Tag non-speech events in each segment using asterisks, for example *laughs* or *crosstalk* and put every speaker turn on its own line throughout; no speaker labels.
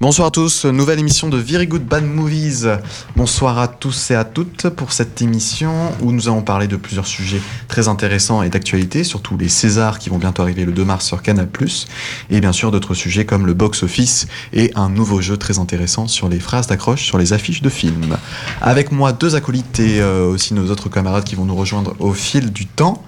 Bonsoir à tous, nouvelle émission de Very Good Bad Movies. Bonsoir à tous et à toutes pour cette émission où nous allons parler de plusieurs sujets très intéressants et d'actualité, surtout les Césars qui vont bientôt arriver le 2 mars sur Canal+, et bien sûr d'autres sujets comme le box-office et un nouveau jeu très intéressant sur les phrases d'accroche sur les affiches de films. Avec moi, deux acolytes et euh, aussi nos autres camarades qui vont nous rejoindre au fil du temps.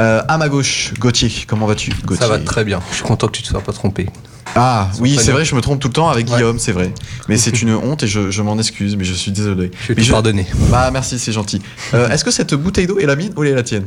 Euh, à ma gauche, Gauthier, comment vas-tu Gauthier
Ça va très bien. Je suis content que tu ne te sois pas trompé.
Ah oui,
pas
c'est
bien.
vrai, je me trompe tout le temps avec
Ouais.
Guillaume, c'est vrai. Mais c'est une honte et je, je m'en excuse, mais je suis désolé.
Je vais
Mais
te pardonner.
Bah merci, c'est gentil. Euh, Est-ce que cette bouteille d'eau est la mienne ou elle est la tienne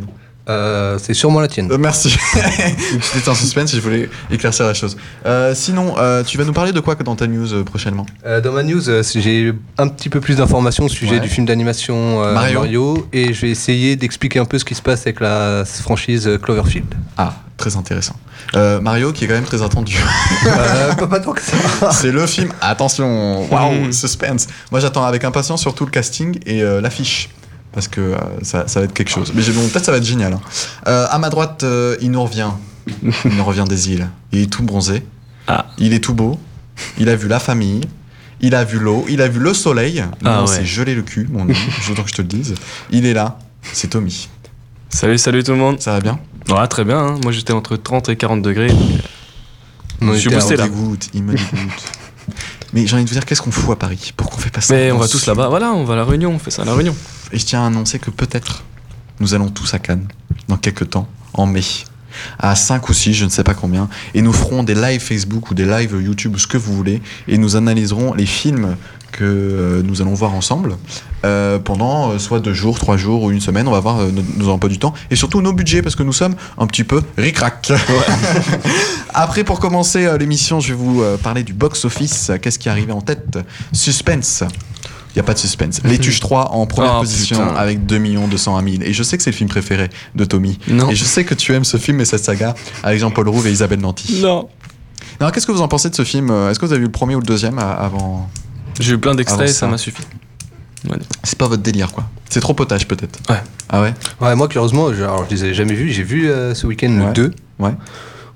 Euh, c'est sûrement la tienne.
Euh,
*laughs*
Merci. J'étais en suspense et je voulais éclaircir la chose. Euh, sinon, euh, tu vas nous parler de quoi dans ta news euh, prochainement
Euh, dans ma news, euh, j'ai un petit peu plus d'informations au sujet
Ouais.
du film d'animation euh,
Mario.
Mario. et je vais essayer d'expliquer un peu ce qui se passe avec la franchise
*laughs*
euh, Cloverfield.
Ah, très intéressant. Euh, Mario qui est quand même très attendu.
Euh, pas, pas tant
*laughs*
que ça.
c'est le film. Attention, waouh,
Hmm.
Mm.
suspense. Moi j'attends avec impatience surtout le casting et euh, l'affiche. Parce que euh, ça, ça va être quelque chose. Mais j'ai- bon, peut-être ça va être génial. hein. Euh, à ma droite, euh, il nous revient. Il nous revient des îles. Il est tout bronzé.
Ah.
Il est tout beau. Il a vu la famille. Il a vu l'eau. Il a vu le soleil.
Ah
Non,
ouais.
C'est gelé le cul, mon ami. Je voudrais que je te le dise. Il est là. C'est Tommy.
Salut, salut tout le monde.
Ça va bien
Ouais, très bien. hein. Moi, j'étais entre 30 et 40 degrés.
On
Je suis
était à-
Il
boosté,
me
là.
dégoûte. Il me dégoûte. Mais j'ai envie de vous dire, qu'est-ce qu'on fout à Paris Pourquoi on fait pas ça
Mais on va
se-
tous là-bas. Voilà, on va à la Réunion. On fait ça à la Réunion.
Et je tiens à annoncer que peut-être nous allons tous à Cannes dans quelques temps, en mai, à 5 ou 6, je ne sais pas combien, et nous ferons des lives Facebook ou des lives YouTube ou ce que vous voulez, et nous analyserons les films que euh, nous allons voir ensemble euh, pendant euh, soit deux jours, trois jours ou une semaine. On va voir euh, nos, nos emplois du temps et surtout nos budgets parce que nous sommes un petit peu ric-rac. *laughs* Après, pour commencer euh, l'émission, je vais vous euh, parler du box-office. Qu'est-ce qui est arrivé en tête Suspense. Il n'y a pas de suspense. Les Tuches 3 en première
Oh,
position
putain.
avec 2 201 000. Et je sais que c'est le film préféré de Tommy.
Non.
Et je sais que tu aimes ce film et cette saga avec Jean-Paul Rouve et Isabelle Nanty.
Non.
Non, qu'est-ce que vous en pensez de ce film euh, Est-ce que vous avez vu le premier ou le deuxième à- avant
J'ai eu plein d'extraits.
Avant ça.
ça m'a suffi.
C'est pas votre délire, quoi. C'est trop potage, peut-être.
Ouais.
Ah ouais
Ouais, moi, curieusement, je, alors, je les avais jamais vus. J'ai vu euh, ce week-end
Ouais.
le 2.
Ouais.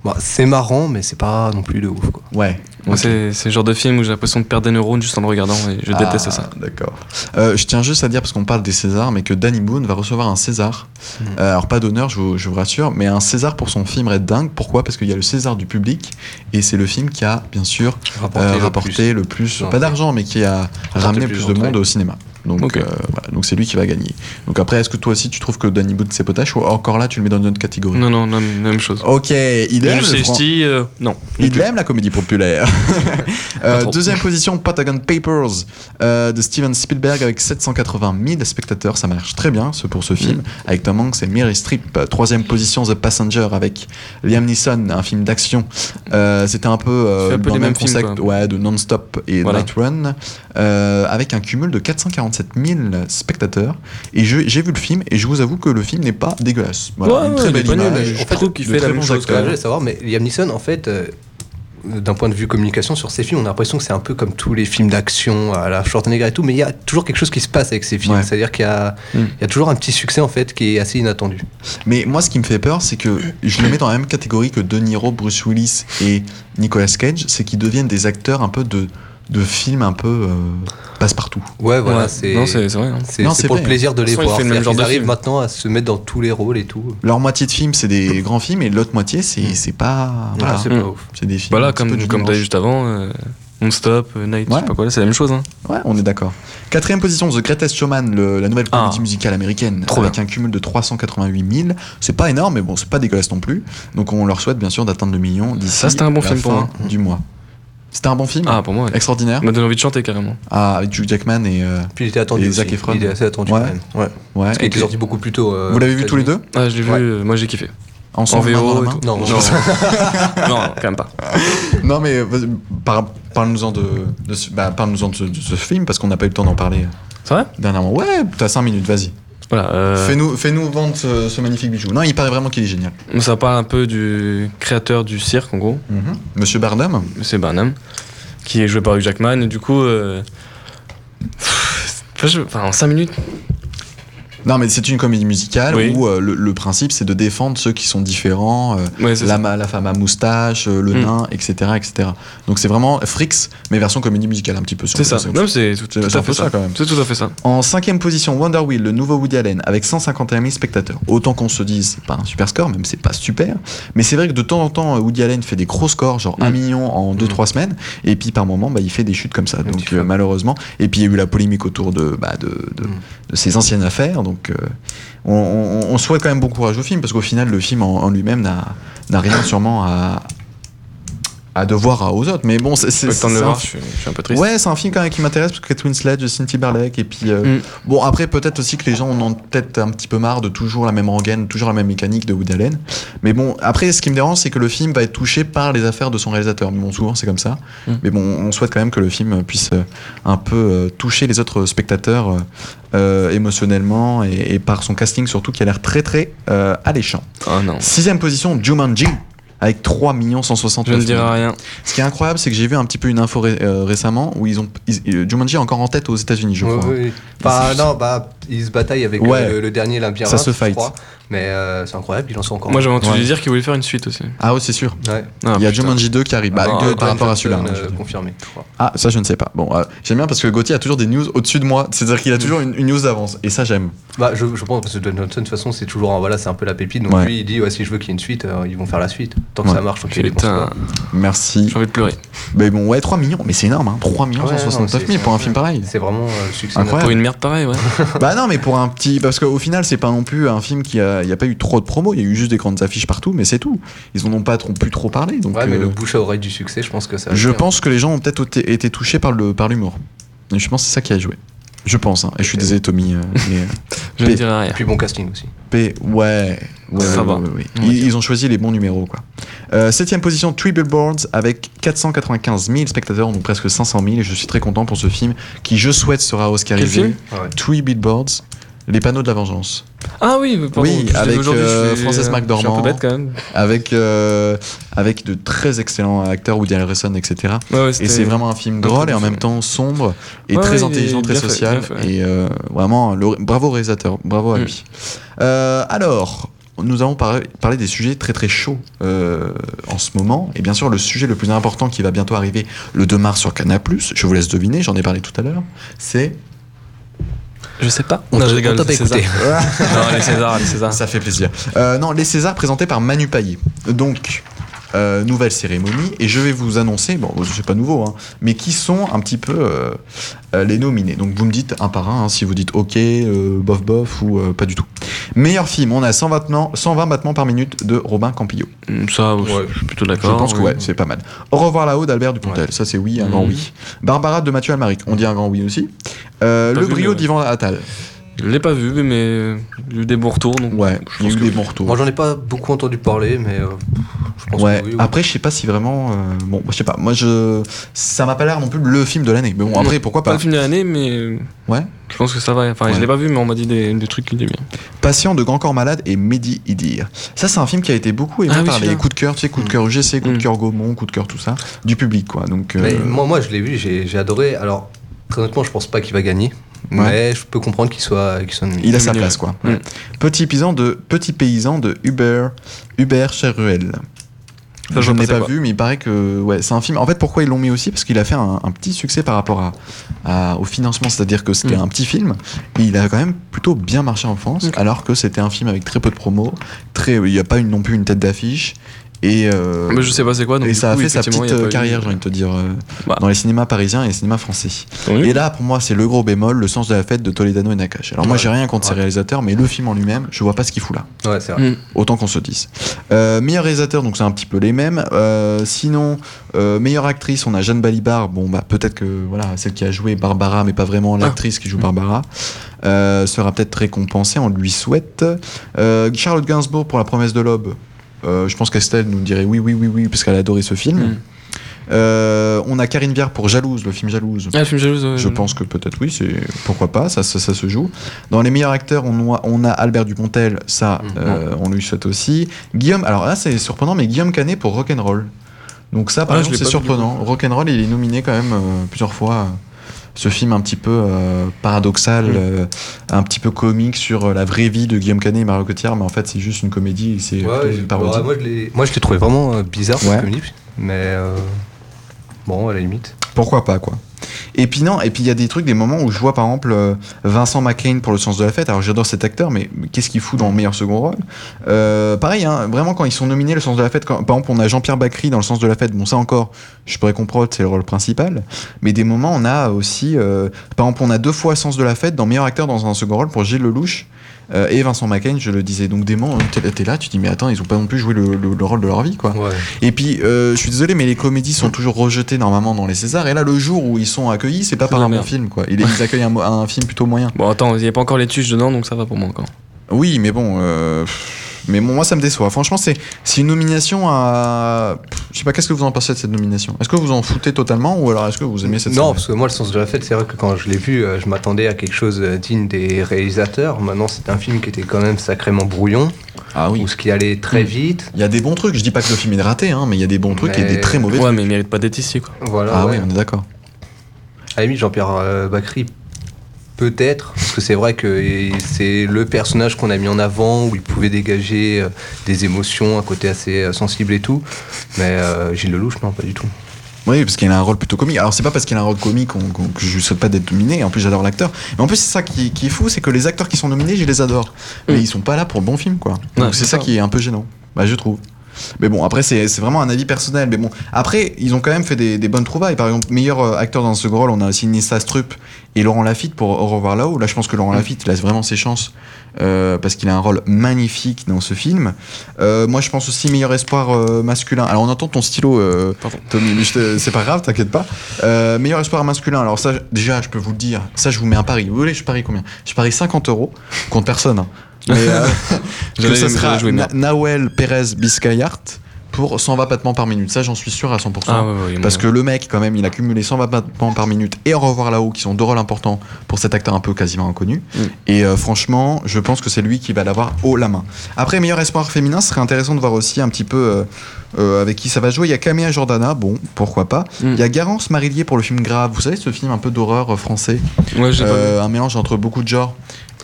Bah, c'est marrant, mais c'est pas non plus de ouf. Quoi.
Ouais.
Moi,
Ok.
c'est- C'est le genre de film où j'ai l'impression de perdre des neurones juste en le regardant et je
Ah,
déteste ça.
D'accord. Euh, je tiens juste à dire, parce qu'on parle des Césars, mais que Danny Boone va recevoir un César.
Hmm.
Euh, alors, pas d'honneur, je, vous- je vous rassure, mais un César pour son film Red Dingue. Pourquoi Parce qu'il y a le César du public, et c'est le film qui a, bien sûr,
Rapporté
euh,
le plus.
rapporté le plus,
d'entrées.
pas d'argent, mais qui a ramené
plus
plus de
d'entrées.
monde au cinéma. Donc,
Ok.
euh, voilà. donc c'est lui qui va gagner. Donc après, est-ce que toi aussi tu trouves que Danny Boone c'est potache ou encore là tu le mets dans une autre catégorie
Non, non, non, même chose.
Ok, il aime,
Même
le
si
Fran-
je dis, euh, non. non
il
plus.
aime la comédie
*laughs*
populaire. Euh,
trop.
deuxième position, Patagon Papers euh, de Steven Spielberg avec 780 000 spectateurs. Ça marche très bien ce, pour ce film.
Mm.
Avec Tom Hanks et Mary Streep. Euh, Troisième position, The Passenger avec Liam Neeson, un film d'action. Euh, C'était un peu, euh,
C'est un peu
dans
les
le même
mêmes films,
concept
quoi.
ouais, de Non-Stop et
Voilà.
Night Run. euh, avec un cumul de 447 000 spectateurs. Et je- j'ai vu le film et je vous avoue que le film n'est pas dégueulasse.
Ouais, ouais, il est pas nul, mais
image,
je trouve qu'il
de
fait
très
la même
bons
chose,
Ouais,
acteurs.
je voulais savoir, mais Liam Neeson, en fait, euh, d'un point de vue communication sur ses films, on a l'impression que c'est un peu comme tous les films d'action à la Schwarzenegger et tout, mais il y a toujours quelque chose qui se passe avec ces films.
Ouais.
C'est-à-dire qu'il y, a-
Mm.
il y a toujours un petit succès, en fait, qui est assez inattendu.
Mais moi, ce qui me fait peur, c'est que je les mets dans la même catégorie que De Niro, Bruce Willis et Nicolas Cage, c'est qu'ils deviennent des acteurs un peu de, de films un peu euh, passe-partout.
Ouais, voilà,
Ouais.
c'est.
Non, c'est c'est vrai. hein.
c'est-
Non,
c'est
c'est
pour
vrai.
le plaisir de
De
les
toute façon, il
voir.
fait le même
C'est-à-dire
genre de
qu'ils arrivent
film.
maintenant à se mettre dans tous les rôles et tout.
Leur moitié de films, c'est des grands films, et l'autre moitié, c'est c'est pas. Voilà,
Ah, c'est
Mm.
pas ouf.
c'est des films. un
Voilà,
petit peu
comme
du
comme
dimanche.
t'as dit juste avant, euh, Non-Stop, euh, Night,
Ouais.
je sais pas quoi, là, c'est la même chose. Hein.
Ouais, on est d'accord. Quatrième position, The Greatest Showman, le- la nouvelle comédie
Ah.
musicale américaine,
Trop
avec un cumul de 388 000. C'est pas énorme, mais bon, c'est pas dégueulasse non plus. Donc on leur souhaite bien sûr d'atteindre le million d'ici
Ça, c'était un bon
la
film
fin
pour moi.
du mois. C'était un bon film
Ah, pour moi, ouais.
Extraordinaire.
Ça m'a donné envie de chanter carrément.
Ah, avec Hugh Jackman et. euh,
Puis il était attendu.
Et
aussi.
Zac Efron.
Il est assez attendu
Ouais.
quand même. Ouais.
ouais.
Il était sorti beaucoup plus tôt. euh,
Vous l'avez vu
aux
tous les
États-Unis.
deux
Ah, je l'ai
Ouais.
vu, euh, moi j'ai kiffé. En
Ensemble, main dans
VO
la
et
main
tout.
Non,
non,
je-
*laughs* non, quand même pas.
Non, mais vas-y, par- parle-nous-en de, de, ce- bah, parle-nous-en de, ce- de ce film parce qu'on n'a pas eu le temps d'en parler euh,
C'est vrai
dernièrement. Ouais, t'as 5 minutes, vas-y.
Voilà. euh,
Fais-nous fais -nous vendre ce, ce magnifique bijou. Non, il paraît vraiment qu'il est génial.
Ça parle un peu du créateur du cirque, en gros,
Monsieur Bardem
c'est Barnum, qui est joué par Hugh Jackman, et du coup. euh, pff, enfin, je- enfin, en 5 minutes,
Non, mais c'est une comédie musicale
Oui.
où euh, le, le principe c'est de défendre ceux qui sont différents, euh,
Ouais, c'est
la,
ça.
ma- la femme à moustache, euh, le
Mm.
nain, etc., etc. Donc c'est vraiment Frix, mais version comédie musicale un petit peu. si on
C'est
peut
ça.
dire
Non, mais c'est tout,
C'est
tout
c'est un
à
peu
fait
ça
ça.
quand même.
C'est tout à fait ça.
En cinquième position, Wonder Wheel, le nouveau Woody Allen, avec 151 000 spectateurs. Autant qu'on se dise, c'est pas un super score, même c'est pas super. Mais c'est vrai que de temps en temps, Woody Allen fait des gros scores, genre
Mm.
1 million en
Mm.
2-3 semaines. Et puis par moment, bah, il fait des chutes comme ça. Donc
tu
euh,
vois.
malheureusement. Et puis il y a eu la polémique autour de, bah, de, de,
Mm.
de ses anciennes affaires. Donc euh, on, on- on souhaite quand même bon courage au film, parce qu'au final, le film en, en lui-même n'a n'a rien sûrement à, à devoir aux autres. Mais bon, c'est
Pas
c'est-
le temps de
c'est
le
un
voir, je suis je suis un peu triste.
Ouais, c'est un film quand même qui m'intéresse parce que Kate Winslet, Justin Timberlake et puis euh,
Mm.
bon après peut-être aussi que les gens en ont peut-être un petit peu marre de toujours la même rengaine, toujours la même mécanique de Woody Allen. Mais bon après ce qui me dérange c'est que le film va être touché par les affaires de son réalisateur. Mais bon souvent c'est comme ça.
Mm.
Mais bon on souhaite quand même que le film puisse euh, un peu euh, toucher les autres spectateurs euh, euh, émotionnellement et, et par son casting surtout qui a l'air très très euh, alléchant.
Ah non.
Sixième position Jumanji avec 3 160
Je ne dirai rien.
ce qui est incroyable, c'est que j'ai vu un petit peu une info ré- euh, récemment où ils ont ils- euh, Jumanji est encore en tête aux États-Unis, je
Ouais,
crois.
ouais. Bah,
C'est-
non, bah, il se bataille avec
Ouais.
euh, le, le dernier l'Impire.
Ça se fight.
Mais euh, c'est incroyable, il en sont encore.
Moi, j'avais entendu
Ouais.
dire qu'ils voulaient faire une suite aussi.
Ah oui, c'est sûr.
ouais.
Ah,
Il y a
putain.
Jumanji 2 qui arrive. Bah,
Ah,
deux
ouais,
par rapport à celui-là. hein, je veux
Euh,
dire.
confirmé, je crois.
Ah, ça je ne sais pas. Bon, euh, j'aime bien parce que Gauthier a toujours des news au-dessus de moi. C'est-à-dire
Mm.
qu'il a toujours une, une news d'avance. Et ça j'aime.
Bah, je, je pense parce que Don Johnson, de toute façon, c'est toujours un- voilà, c'est un peu la pépite. Donc
Ouais.
lui, il dit ouais, si je veux qu'il y ait une suite, euh, ils vont faire la suite. Tant que
Ouais.
ça marche, ok. les pense
Putain,
Merci.
j'ai envie de pleurer.
Mais bon, ouais, 3 millions. Mais c'est énorme, hein. 3 millions
Ouais,
169
non,
000
c'est-
pour un film pareil.
pas. C'est vraiment euh, le succès.
Incroyable.
naturel.
Pour une merde pareille, ouais.
Bah non, mais pour un petit. Parce qu'au final, c'est pas non plus un film qui a. Il n'y a pas eu trop de promos. Il y a eu juste des grandes affiches partout, mais c'est tout. Ils en ont pas trop, pu trop parler. Donc,
Ouais, mais
euh,
le bouche à oreille du succès, je pense que ça. va
Je
faire.
pense que les gens ont peut-être ôté- été touchés par le par l'humour. Et Je pense que c'est ça qui a joué. Je pense. hein. Et je suis
Ok.
désolé, Tommy. euh, mais, euh,
Je
P-
ne dirai rien.
Et puis bon casting aussi.
*laughs* P, ouais. ouais,
Ça
ouais,
va.
ouais, ouais, ouais.
On va
Ils, ils ont choisi les bons numéros, quoi. Euh, septième position, Three Billboards avec 495 000 spectateurs, donc presque 500 000. Et je suis très content pour ce film qui, je souhaite, sera
Quel
Oscarisé.
film
Ouais.
Three Billboards, Les panneaux de la vengeance.
Ah oui, mais pardon.
Oui,
je suis
avec,
aujourd'hui, je
euh,
suis-
Frances
Je suis un
McDormand.
peu bête quand même.
Avec, euh, avec de très excellents acteurs, Woody Harrelson, etc.
Ouais, ouais,
Et
c'était-
c'est vraiment un film drôle et en même temps sombre et
Ouais,
très
ouais,
intelligent,
il est
très
bien fait,
social.
bien fait, ouais.
Et euh, vraiment, le- bravo au réalisateur, bravo à
Mm.
lui. Euh, alors, nous avons par- parlé des sujets très très chauds euh, en ce moment. Et bien sûr, le sujet le plus important qui va bientôt arriver le 2 mars sur Canal, je vous laisse deviner, j'en ai parlé tout à l'heure, c'est.
Je sais pas.
On
non,
t'a-
je
on
rigole.
t'a pas
*laughs*
les Césars. non, les Césars, les Césars.
Ah, Ça fait plaisir. Euh, non, les Césars présentés par Manu Paillet. Donc, euh, nouvelle cérémonie. Et je vais vous annoncer, bon, c'est pas nouveau, hein, mais qui sont un petit peu euh, euh, les nominés. Donc, vous me dites un par un hein, si vous dites OK, euh, bof bof ou euh, pas du tout. Meilleur film, on a 120 battements, 120 battements par minute de Robin Campillo.
Mm, Ça, bon,
Ouais.
je suis plutôt
Je
d'accord.
pense que ouais, c'est pas mal. Au revoir là-haut d'Albert Dupontel. Ça, c'est oui, un grand
Mhm.
oui. Barbara de Mathieu Almaric. On dit un grand oui aussi. Euh,
Pas
le
vu,
brio
mais-
d'Ivan Attal.
Je l'ai pas vu, mais euh, j'ai eu des bons retours. Donc
Ouais,
je
il y a
pense
eu
que
des
oui.
bons retours.
Moi, j'en ai pas beaucoup entendu parler, mais euh, je pense
Ouais.
que oui. oui.
Après, je sais pas si vraiment. euh, Bon, je sais pas. Moi, je. Ça m'a pas l'air non plus le film de l'année. Mais bon, après, pourquoi
Mm. Pas
pas
le film de l'année, mais
Ouais.
je pense que ça va. Enfin,
Ouais.
je l'ai pas vu, mais on m'a dit des, des trucs qui étaient bien.
Patient de Grand Corps Malade et Mehdi Idir. Ça, c'est un film qui a été beaucoup aimé
Ah oui,
par les
celui-là.
coups de cœur, tu sais, coups de cœur UGC, coups de
Mm.
cœur Gaumont, coups de cœur tout ça, du public, quoi. Donc. euh,
Mais moi, moi, je l'ai vu, j'ai j'ai adoré. Alors, très honnêtement, je pense pas qu'il va gagner, mais je peux comprendre qu'il soit, qu'il soit nominé.
Il a sa
Mignon,
place, quoi.
ouais.
Petit paysan de petit paysan de Hubert Hubert Cherruel.
Ça, je
je
vois
ne l'ai
pas c'est
pas
quoi.
vu, mais il paraît que ouais, c'est un film. En fait, pourquoi ils l'ont mis aussi Parce qu'il a fait un, un petit succès par rapport à, à- au financement, c'est-à-dire que c'était
Mm.
un petit film. Et il a quand même plutôt bien marché en France,
Ok.
alors que c'était un film avec très peu de promos. Très, il n'y a pas une, non plus une tête d'affiche. Et, euh,
Mais je sais pas c'est quoi. Donc
et
du
ça a
coup,
fait sa
effectivement,
petite
il y a pas
euh,
eu-
carrière, j'ai envie de te dire, euh,
Bah.
dans les cinémas parisiens et les cinémas français.
Tant mieux.
Et là, pour moi, c'est le gros bémol, le sens de la fête de Toledano et Nakache. Alors moi,
Ouais.
j'ai rien contre ces
Ouais.
réalisateurs, mais le film en lui-même, je vois pas ce qu'il fout là.
Ouais, c'est vrai.
Mm.
Autant qu'on se dise. Euh, meilleur réalisateur, donc c'est un petit peu les mêmes. Euh, sinon, euh, meilleure actrice, on a Jeanne Balibar. Bon, bah peut-être que voilà, celle qui a joué Barbara, mais pas vraiment l'actrice qui joue Barbara, euh, sera peut-être récompensée. On lui souhaite. Euh, Charlotte Gainsbourg pour La Promesse de l'Aube. Euh, je pense qu'Estelle nous dirait oui, oui, oui, oui, parce qu'elle a adoré ce film.
Mm.
Euh, on a Karine Viard pour Jalouse, le film Jalouse.
Ah, le film jalouse. ouais.
Je pense que peut-être oui, c'est pourquoi pas, ça, ça, ça se joue. Dans les meilleurs acteurs, on a, on a Albert Dupontel, ça,
Mm.
Mhm.
euh, on lui souhaite aussi. Guillaume, alors là c'est surprenant, mais Guillaume Canet pour Rock'n'Roll. Donc ça, par
Ah, je
exemple,
l'ai
c'est
pas vu,
surprenant. Rock'n'Roll, il est nominé quand même euh, plusieurs fois. ce film un petit peu euh, paradoxal,
Mm.
euh, un petit peu comique sur euh, la vraie vie de Guillaume Canet et Mario Cotillard, mais en fait c'est juste une comédie, et c'est
Ouais,
plutôt
j'ai-
une parodie.
ouais, moi, je l'ai- moi, je l'ai trouvé vraiment euh, bizarre, cette
Ouais.
comédie, mais euh, bon, à la limite.
Pourquoi pas quoi. Et puis non, et puis il y a des trucs, des moments où je vois par exemple euh, Vincent McLean pour le sens de la fête. Alors j'adore cet acteur, mais qu'est-ce qu'il fout dans le meilleur second rôle Euh, Pareil, hein, vraiment quand ils sont nominés le sens de la fête, quand- par exemple on a Jean-Pierre Bacry dans le sens de la fête. Bon ça encore, je pourrais comprendre, c'est le rôle principal. Mais des moments on a aussi, euh, par exemple on a deux fois sens de la fête dans meilleur acteur dans un second rôle pour Gilles Lelouch. euh, et Vincent McCain, je le disais donc dément, hein, t'es t'es là, tu dis mais attends, ils ont pas non plus joué le, le- le rôle de leur vie quoi.
Ouais.
Et puis, euh, je suis désolé, mais les comédies sont toujours rejetées normalement dans les Césars. Et là, le jour où ils sont accueillis, c'est pas
C'est
par
de la
un bon
merde.
film, quoi. Ils, ils accueillent un, mo- un film plutôt moyen.
Bon, attends, il n'y a pas encore les tuches dedans, donc ça va pour moi encore.
Oui, mais bon. euh, pff, Mais bon, moi, ça me déçoit. Franchement, c'est c'est une nomination à. pff, Je sais pas, qu'est-ce que vous en pensez de cette nomination Est-ce que vous en foutez totalement ou alors est-ce que vous aimez cette
Non,
série
parce que moi, le sens de la fête, c'est vrai que quand je l'ai vu, euh, je m'attendais à quelque chose euh, digne des réalisateurs. Maintenant, c'est un film qui était quand même sacrément brouillon,
Ah oui.
où ce qui allait très vite.
Il y a des bons trucs. Je dis pas que le film est raté, hein, mais il y a des bons trucs et
Mais-
des très mauvais
Ouais,
trucs.
mais il mérite pas d'être ici, quoi.
Voilà.
Ah
ouais.
oui, on est d'accord.
À la limite, Jean-Pierre euh, Bacri, peut-être, parce que c'est vrai que et c'est le personnage qu'on a mis en avant, où il pouvait dégager euh, des émotions, un côté assez euh, sensible et tout. Mais euh, Gilles Lelouch, non, pas du tout.
Oui, parce qu'il a un rôle plutôt comique. Alors, c'est pas parce qu'il a un rôle comique qu'on- qu'on- que je souhaite pas d'être dominé. En plus, j'adore l'acteur. Mais en plus, c'est ça qui, qui est fou, c'est que les acteurs qui sont nominés, je les adore. Mais
Mm.
ils sont pas là pour le bon film, quoi.
Ouais,
Donc,
c'est
c'est ça
ça.
qui est un peu gênant, bah, je trouve. Mais bon, après, c'est c'est vraiment un avis personnel. Mais bon, après, ils ont quand même fait des, des bonnes trouvailles. Par exemple, meilleur euh, acteur dans ce rôle, on a aussi Nissa Strupp et Laurent Lafitte pour Au revoir là-haut. Là, je pense que Laurent Lafitte laisse vraiment ses chances euh, parce qu'il a un rôle magnifique dans ce film. Euh, moi, je pense aussi meilleur espoir euh, masculin. Alors, on entend ton stylo, euh,
Pardon.
Tommy, mais je te- c'est pas grave, t'inquiète pas. Euh, meilleur espoir masculin. Alors, ça, je- déjà, je peux vous le dire. Ça, je vous mets un pari. Vous voulez, je parie combien Je parie 50 euros contre personne. hein.
*laughs*
Mais euh, que
J'allais-
ça
j'allais
sera
jouer,
Na-
merde.
Nahuel Pérez Biscayart pour 120 battements par minute. Ça, j'en suis sûr à 100%.
Ah, ouais, ouais,
Parce
ouais.
que le mec, quand même, il a cumulé 120 battements par minute et au revoir là-haut, qui sont deux rôles importants pour cet acteur un peu quasiment inconnu.
Mm.
Et euh, franchement, je pense que c'est lui qui va l'avoir haut la main. Après, meilleur espoir féminin, ce serait intéressant de voir aussi un petit peu euh, euh, avec qui ça va jouer. Il y a Camilla Jordana, bon, pourquoi pas.
Mm.
Il y a Garance Marillier pour le film Grave. Vous savez, ce film un peu d'horreur euh, français
Ouais, j'ai pas vu.
euh, un mélange entre beaucoup de genres.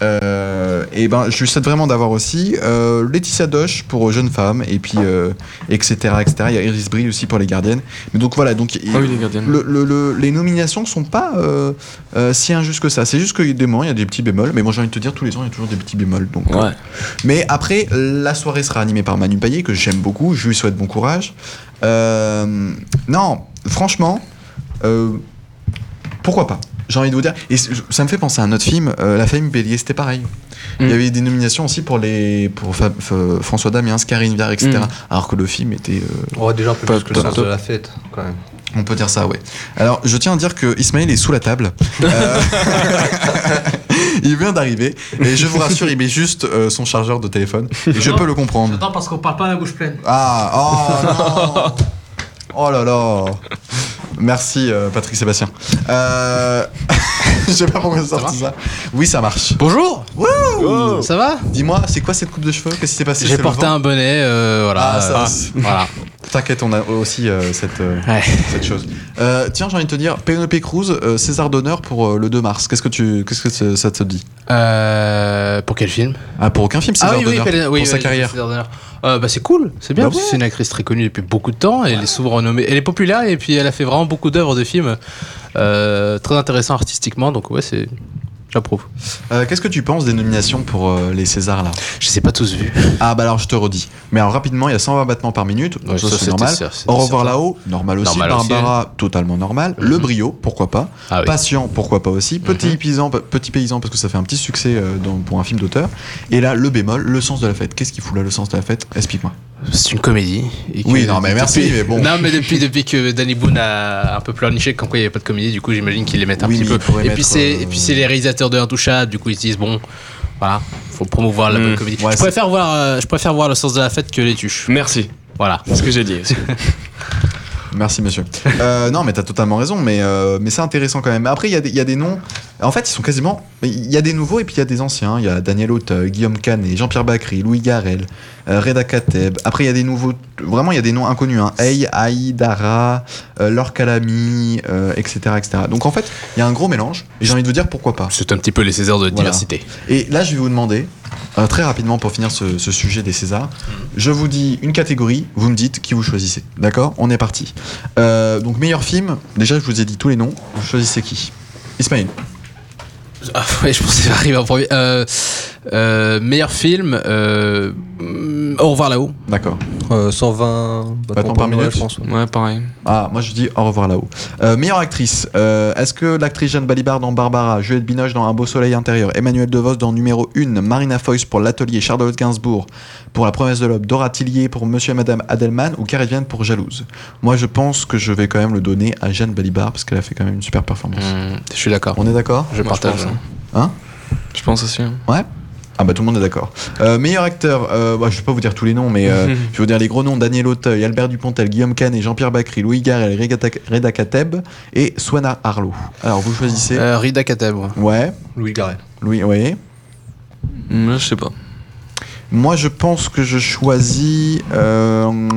Euh, et ben, je lui souhaite vraiment d'avoir aussi euh, Laetitia Doche pour euh, Jeunes Femmes, et puis euh, etc., etc. Il y a Iris Brie aussi pour Les Gardiennes. Mais donc voilà, donc
Ah oui, les gardiennes.
le- le- le- les nominations sont pas euh, euh, si injustes que ça. C'est juste qu'il y a des moments, il y a des petits bémols. Mais moi, j'ai envie de te dire, tous les ans, il y a toujours des petits bémols. Donc, euh,
Ouais.
mais après, la soirée sera animée par Manu Payet, que j'aime beaucoup. Je lui souhaite bon courage. Euh, non, franchement, euh, pourquoi pas J'ai envie de vous dire. Et c- ça me fait penser à un autre film, euh, La famille Bélier, c'était pareil. Il y
Mm.
avait des nominations aussi pour, les, pour Fa- Fa- François Damiens, Karine Viard, etc.
Mm.
Alors que le film était. euh,
Oh, déjà un peu
Pas
plus que le
top,
sens
top.
de la fête, quand même.
on peut dire ça, ouais. Alors, je tiens à dire que Ismaël est sous la table. Euh, *laughs* il vient d'arriver. Et je vous rassure, il met juste euh, son chargeur de téléphone. Et je peux le comprendre.
J'attends parce qu'on parle pas à la bouche pleine.
Ah, oh non Oh là là Merci euh, Patrick Sébastien. Euh... *laughs* Je sais pas pourquoi j'ai sorti ça. Oui, ça marche.
Bonjour Oh. Ça va
Dis-moi, c'est quoi cette coupe de cheveux Qu'est-ce qui s'est passé C'est
J'ai
le
porté
vent
un bonnet, euh, voilà.
Ah, ça,
euh,
c'est-
voilà.
T'inquiète, on a aussi euh, cette, euh,
Ouais.
cette chose. Euh, tiens, j'ai envie de te dire, Penelope Cruz, euh, César d'honneur pour euh, le 2 mars. Qu'est-ce que, tu, qu'est-ce que ça- ça te dit
Euh, pour quel film
Ah, pour aucun film, César d'honneur.
Pelle-
pour
oui,
sa
oui,
carrière.
César d'honneur. Euh, bah c'est cool, c'est bien.
Bah
parce que
ouais.
C'est une actrice très connue depuis beaucoup de temps. Elle est souvent renommée, elle est populaire et puis elle a fait vraiment beaucoup d'œuvres de films euh, très intéressants artistiquement. Donc ouais, c'est j'approuve.
Euh, qu'est-ce que tu penses des nominations pour euh, les Césars là
Je sais pas tous vus.
Ah bah alors je te redis. Mais alors rapidement, il y a 120 battements par minute,
Ouais,
ça,
ça,
c'est
c'était
normal.
sûr, c'était
Au revoir
certain.
là-haut, normal aussi.
Normal aussi,
Barbara, totalement normal. Le
Mhm.
brio, pourquoi pas.
Ah oui. Mhm.
Patient, pourquoi pas aussi. Petit, paysan, petit paysan, parce que ça fait un petit succès euh, dans- pour un film d'auteur. Et là, le bémol, le sens de la fête. Qu'est-ce qu'il fout là, le sens de la fête Explique-moi.
C'est une comédie. et que
Oui, non, mais merci,
depuis-
mais bon.
Non, mais depuis, depuis que Danny Boone a un peu pleurniché comme quoi il n'y avait pas de comédie, du coup, j'imagine qu'ils les mettent un
Oui,
petit
mais
peu.
ils pourraient
Et
mettre,
puis, c'est,
euh,
et puis, c'est les réalisateurs de Intouchable, du coup, ils se disent, bon, voilà, faut promouvoir la
Mm.
bonne comédie.
Ouais,
je,
c'est-
préfère voir, euh, je préfère voir le sens de la fête que les tuches.
Merci.
Voilà.
C'est ce que j'ai dit. aussi.
Merci monsieur. Euh, non mais t'as totalement raison, mais, euh, mais c'est intéressant quand même. Après il y, a des- il y a des noms En fait, ils sont quasiment. Il y a des nouveaux et puis il y a des anciens. Il y a Daniel Auteuil, Guillaume Canet, Jean-Pierre Bacry, Louis Garel, euh, Reda Kateb. Après, il y a des nouveaux. Vraiment, il y a des noms inconnus. Hein. Hey, Aïe, Dara, euh, Laure Calami, euh, etc., etc. Donc en fait, il y a un gros mélange. Et j'ai envie de vous dire pourquoi pas.
C'est un petit peu les Césars de
Voilà.
diversité.
Et là, je vais vous demander, euh, très rapidement pour finir ce, ce sujet des Césars, je vous dis une catégorie, vous me dites qui vous choisissez. D'accord On est parti. Euh, donc, meilleur film, déjà, je vous ai dit tous les noms, vous choisissez qui Ismaël.
Ah ouais, je pensais arriver en premier. Euh, euh, meilleur film, euh, mm, Au revoir là-haut.
D'accord.
Euh, 120
Battements par minute.
je pense. ouais.
Ouais, pareil.
Ah, moi je dis au revoir là-haut. Euh, meilleure actrice, euh, est-ce que l'actrice Jeanne Balibar dans Barbara, Juliette Binoche dans Un beau soleil intérieur, Emmanuel DeVos dans Numéro 1, Marina Foïs pour L'Atelier, Charlotte Gainsbourg pour La promesse de l'aube, Dora Tillier pour Monsieur et Madame Adelman ou Carivienne pour Jalouse Moi je pense que je vais quand même le donner à Jeanne Balibar parce qu'elle a fait quand même une super performance.
Mm, je suis d'accord.
On est d'accord
Je
Moi,
partage.
Je pense, hein.
Hein
Je pense aussi. hein.
Ouais ah bah tout le monde est d'accord. Euh, meilleur acteur, euh, bah, je vais pas vous dire tous les noms, mais
*laughs*
euh, je vais vous dire les gros noms, Daniel Auteuil, Albert Dupontel, Guillaume Canet, Jean-Pierre Bacry, Louis Garrel, Reda- Reda Kateb et Swana Arlo. Alors vous choisissez.
Euh, Rida Kateb. ouais.
Ouais,
Louis Garrel.
Louis, ouais.
Mm, Là, je sais pas.
Moi je pense que je choisis... Euh,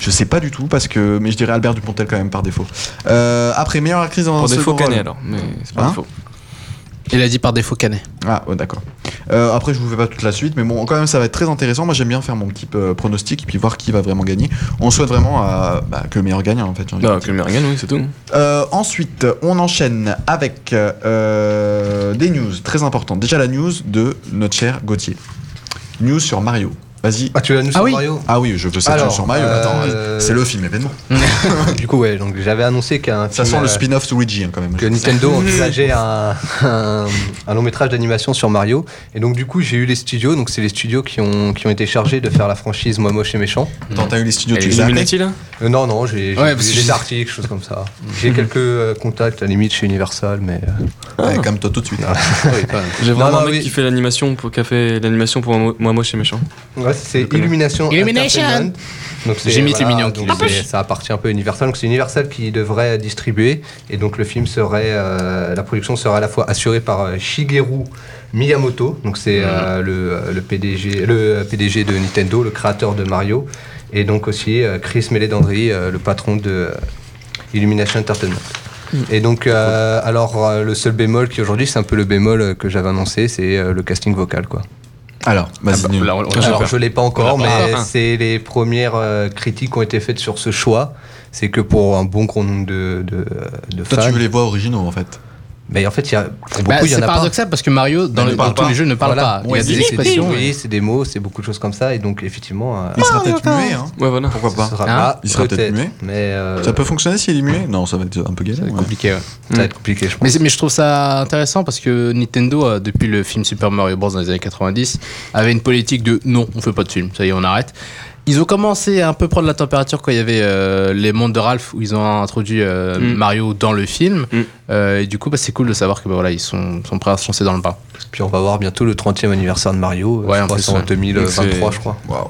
je sais pas du tout, parce que... Mais je dirais Albert Dupontel quand même par défaut. Euh, après, meilleure actrice dans un
Pour défaut,
second rôle.
Canet alors. Mais c'est pas
Hein
défaut.
Il a dit par défaut Canet.
Ah, ouais, d'accord. Euh, après, je vous fais pas toute la suite, mais bon, quand même, ça va être très intéressant. Moi, j'aime bien faire mon petit euh, pronostic et puis voir qui va vraiment gagner. On souhaite vraiment à- bah, que le meilleur gagne, en fait. j'ai envie de
Bah,
dire.
que le meilleur gagne, oui, c'est tout.
Euh, ensuite, on enchaîne avec euh, des news très importantes. Déjà, la news de notre cher Gauthier. News sur Mario. Vas-y.
Ah, tu l'as nous
Ah
sur *laughs*
oui.
Mario
Ah oui, je veux cette
Alors,
news sur Mario. Attends,
euh,
c'est le film événement.
Du coup, ouais, donc j'avais annoncé qu'un.
Ça
film,
sent le
euh,
spin-off Luigi, hein, quand même.
que *laughs* Nintendo envisageait un, un- un long métrage d'animation sur Mario. Et donc, du coup, j'ai eu les studios. Donc, c'est les studios qui ont, qui ont été chargés de faire la franchise Moi Moche et Méchant.
Attends, t'as eu les studios,
Et
tu les as appelés
Illuminati là
Euh, non, non, j'ai j'ai
Ouais,
vu
parce que Mhm.
des
j'ai-
articles, choses comme ça. J'ai quelques euh, contacts, à la limite, chez Universal, mais. euh,
Ouais, Comme toi tout de suite.
Ah.
J'ai
Non,
vraiment
non,
un mec
oui.
qui fait l'animation pour, qui a fait l'animation pour moi, moi moche et méchant.
ouais, c'est
connais.
Illumination.
Illumination.
Entertainment. Donc, c'est-
J'imite les mignons
donc
qui les
c'est- Ça appartient un peu à Universal. Donc, c'est Universal qui devrait distribuer. Et donc, le film serait. euh, la production serait à la fois assurée par euh, Shigeru Miyamoto. Donc, c'est
Mm.
euh, le, euh, le, PDG, le euh, PDG de Nintendo, le créateur de Mario. Et donc, aussi euh, Chris Meledandri, euh, le patron de euh, Illumination Entertainment. Et donc, euh, alors, euh, le seul bémol qui aujourd'hui, c'est un peu le bémol euh, que j'avais annoncé, c'est euh, le casting vocal, quoi.
Alors, vas-y.
Ah bah,
Nino.
là, on- on-
j'ai
Alors,
peur.
je l'ai pas encore,
On l'a
mais
pas
encore, hein.
c'est les premières euh, critiques qui ont été faites sur ce choix. C'est que pour un bon grand nombre de, de, de
toi,
fans,
tu veux les voix originaux, en fait.
mais en fait, il y a, pour
Bah,
beaucoup, il y
c'est
en a pas.
paradoxal parce que Mario, dans,
ne
le-
parle
dans tous
pas.
les jeux, ne parle
Voilà.
pas. Il y a
Oui,
des
c'est
expressions.
oui, c'est des mots, c'est beaucoup de choses comme ça, et donc effectivement, euh,
Il sera peut-être muet, hein.
Ouais, voilà.
Pourquoi
ce
pas
sera
Hein
pas,
Il sera peut-être muet.
mais euh,
Ça peut fonctionner s'il est muet Non, ça va être un peu galère. ouais.
Compliqué, ouais.
ça va être compliqué, je pense.
Mm. Mais, c'est- mais je trouve ça intéressant parce que Nintendo, euh, depuis le film Super Mario Bros. dans les années 90, avait une politique de non, on fait pas de film, ça y est, on arrête. Ils ont commencé à un peu prendre la température quand il y avait euh, les mondes de Ralph où ils ont introduit euh,
Mm.
Mario dans le film.
Mm.
Euh, et du coup, bah, c'est cool de savoir que bah, voilà, ils sont, sont prêts à se lancer dans le bain.
Puis on va voir bientôt le 30e anniversaire de Mario, euh,
Ouais,
je
en
crois,
plus,
c'est en
ouais.
2023,
Donc
je
c'est-
crois.
Waouh.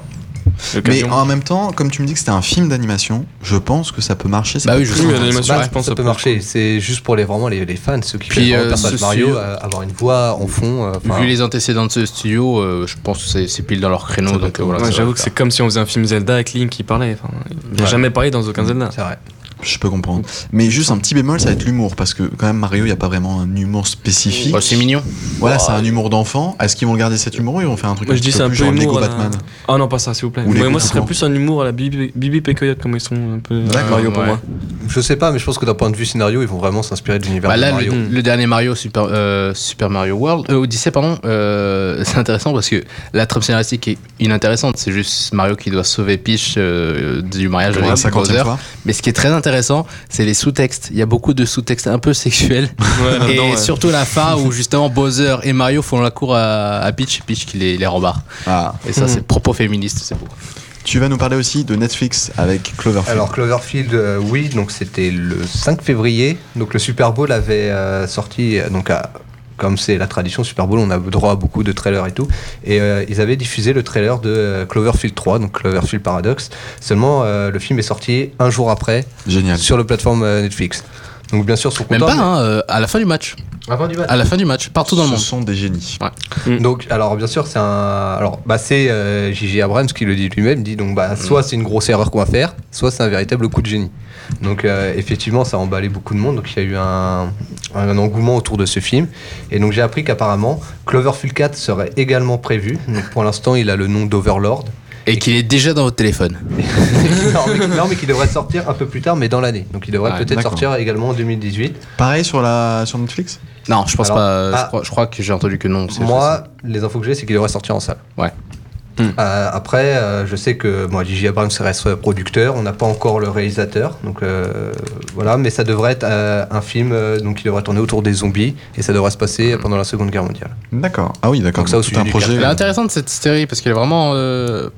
Mais
L'occasion.
en même temps, comme tu me dis que c'était un film d'animation, je pense que ça peut marcher. c'est
Bah
pas
oui, je
très
sais.
Oui,
intéressant.
l'animation,
Bah,
je pense,
ça peut
le
marcher. C'est juste pour les vraiment les, les fans, ceux qui veulent
Puis,
vraiment
euh,
le personnage
ceci-
Mario, euh, avoir une voix en fond. euh, enfin,
Vu les antécédents de ce studio, euh, je pense que c'est- c'est pile dans leur créneau. Donc, euh, voilà,
Ouais,
ça va
J'avoue
le
que
faire.
c'est comme si on faisait un film Zelda avec Link qui parlait. Enfin, il n'a
Ouais.
jamais parlé dans aucun Zelda.
c'est vrai.
Je peux comprendre. Mais juste un petit bémol, ça va être l'humour. Parce que quand même, Mario, il n'y a pas vraiment un humour spécifique.
Oh, c'est mignon.
Voilà, c'est un humour d'enfant. Est-ce qu'ils vont garder cet humour ou ils vont faire un truc
Moi je dis
petit
c'est un
plus
peu
genre
humour.
Lego
à la-
Batman
Ah non, pas ça, s'il vous plaît.
Ou
Mais
Lego
moi,
tout
ce serait
court.
plus un humour à la Bibi Bibi et Coyote, comme ils sont un peu. euh,
D'accord,
Mario pour
ouais.
moi.
Je sais pas, mais je pense que d'un point de vue scénario, ils vont vraiment s'inspirer de l'univers
Bah
de
là,
Mario.
le, le dernier Mario Super, euh, Super Mario World, euh, Odyssey, pardon, euh, *laughs* c'est intéressant parce que la trame scénaristique est inintéressante. C'est juste Mario qui doit sauver Peach euh, du mariage
Pour la
avec
50
Bowser.
fois.
Mais ce qui est très intéressant, c'est les sous-textes. Il y a beaucoup de sous-textes un peu sexuels.
Ouais, *laughs*
et
là-dedans, ouais.
surtout la fin où justement Bowser et Mario font la cour à, à Peach, Peach qui les, les rembarre.
Ah.
Et
Hmm.
ça, c'est propos féministe, c'est beau.
Tu vas nous parler aussi de Netflix avec Cloverfield.
Alors Cloverfield, euh, oui, donc c'était le 5 février. Donc le Super Bowl avait euh, sorti, euh, donc à- comme c'est la tradition Super Bowl, on a droit à beaucoup de trailers et tout. Et euh, ils avaient diffusé le trailer de euh, Cloverfield 3, donc Cloverfield Paradox. Seulement, euh, le film est sorti un jour après
Génial.
sur la plateforme euh, Netflix. Donc bien sûr, ils sont contents.
Ah Même pas,
mais-
hein, euh, à la fin du match.
Avant du match.
À la fin du match, partout dans le
Ce
monde.
sont des génies.
Donc, alors bien sûr, c'est un. Alors, bah, c'est euh, J.J. Abrams qui le dit lui-même, dit donc, bah, soit c'est une grosse erreur qu'on va faire, soit c'est un véritable coup de génie. Donc, euh, effectivement, ça a emballé beaucoup de monde, donc il y a eu un, un engouement autour de ce film. Et donc, j'ai appris qu'apparemment, Cloverfield 4 serait également prévu. Donc, pour l'instant, il a le nom d'Overlord. *laughs*
Et qu'il est déjà dans votre téléphone.
non, mais, qui- non, mais qui devrait sortir un peu plus tard, mais dans l'année. Donc, il devrait
Ouais,
peut-être
d'accord.
sortir également en 2018.
Pareil sur, la, sur Netflix
Non, je pense
Alors,
pas. euh,
ah.
je, crois, je crois que j'ai entendu que non. c'est
Moi, les infos que j'ai, c'est qu'il devrait sortir en salle.
Ouais.
Hmm.
Euh, après, euh, je sais que moi, J.J. Abrams reste producteur. On n'a pas encore le réalisateur, donc euh, voilà. Mais ça devrait être euh, un film euh, donc qui devrait tourner autour des zombies et ça devrait se passer pendant la Seconde Guerre mondiale.
D'accord. Ah oui, d'accord.
Donc ça, au
Tout
sujet
un
du
projet.
Elle est intéressante cette série parce qu'elle est vraiment euh,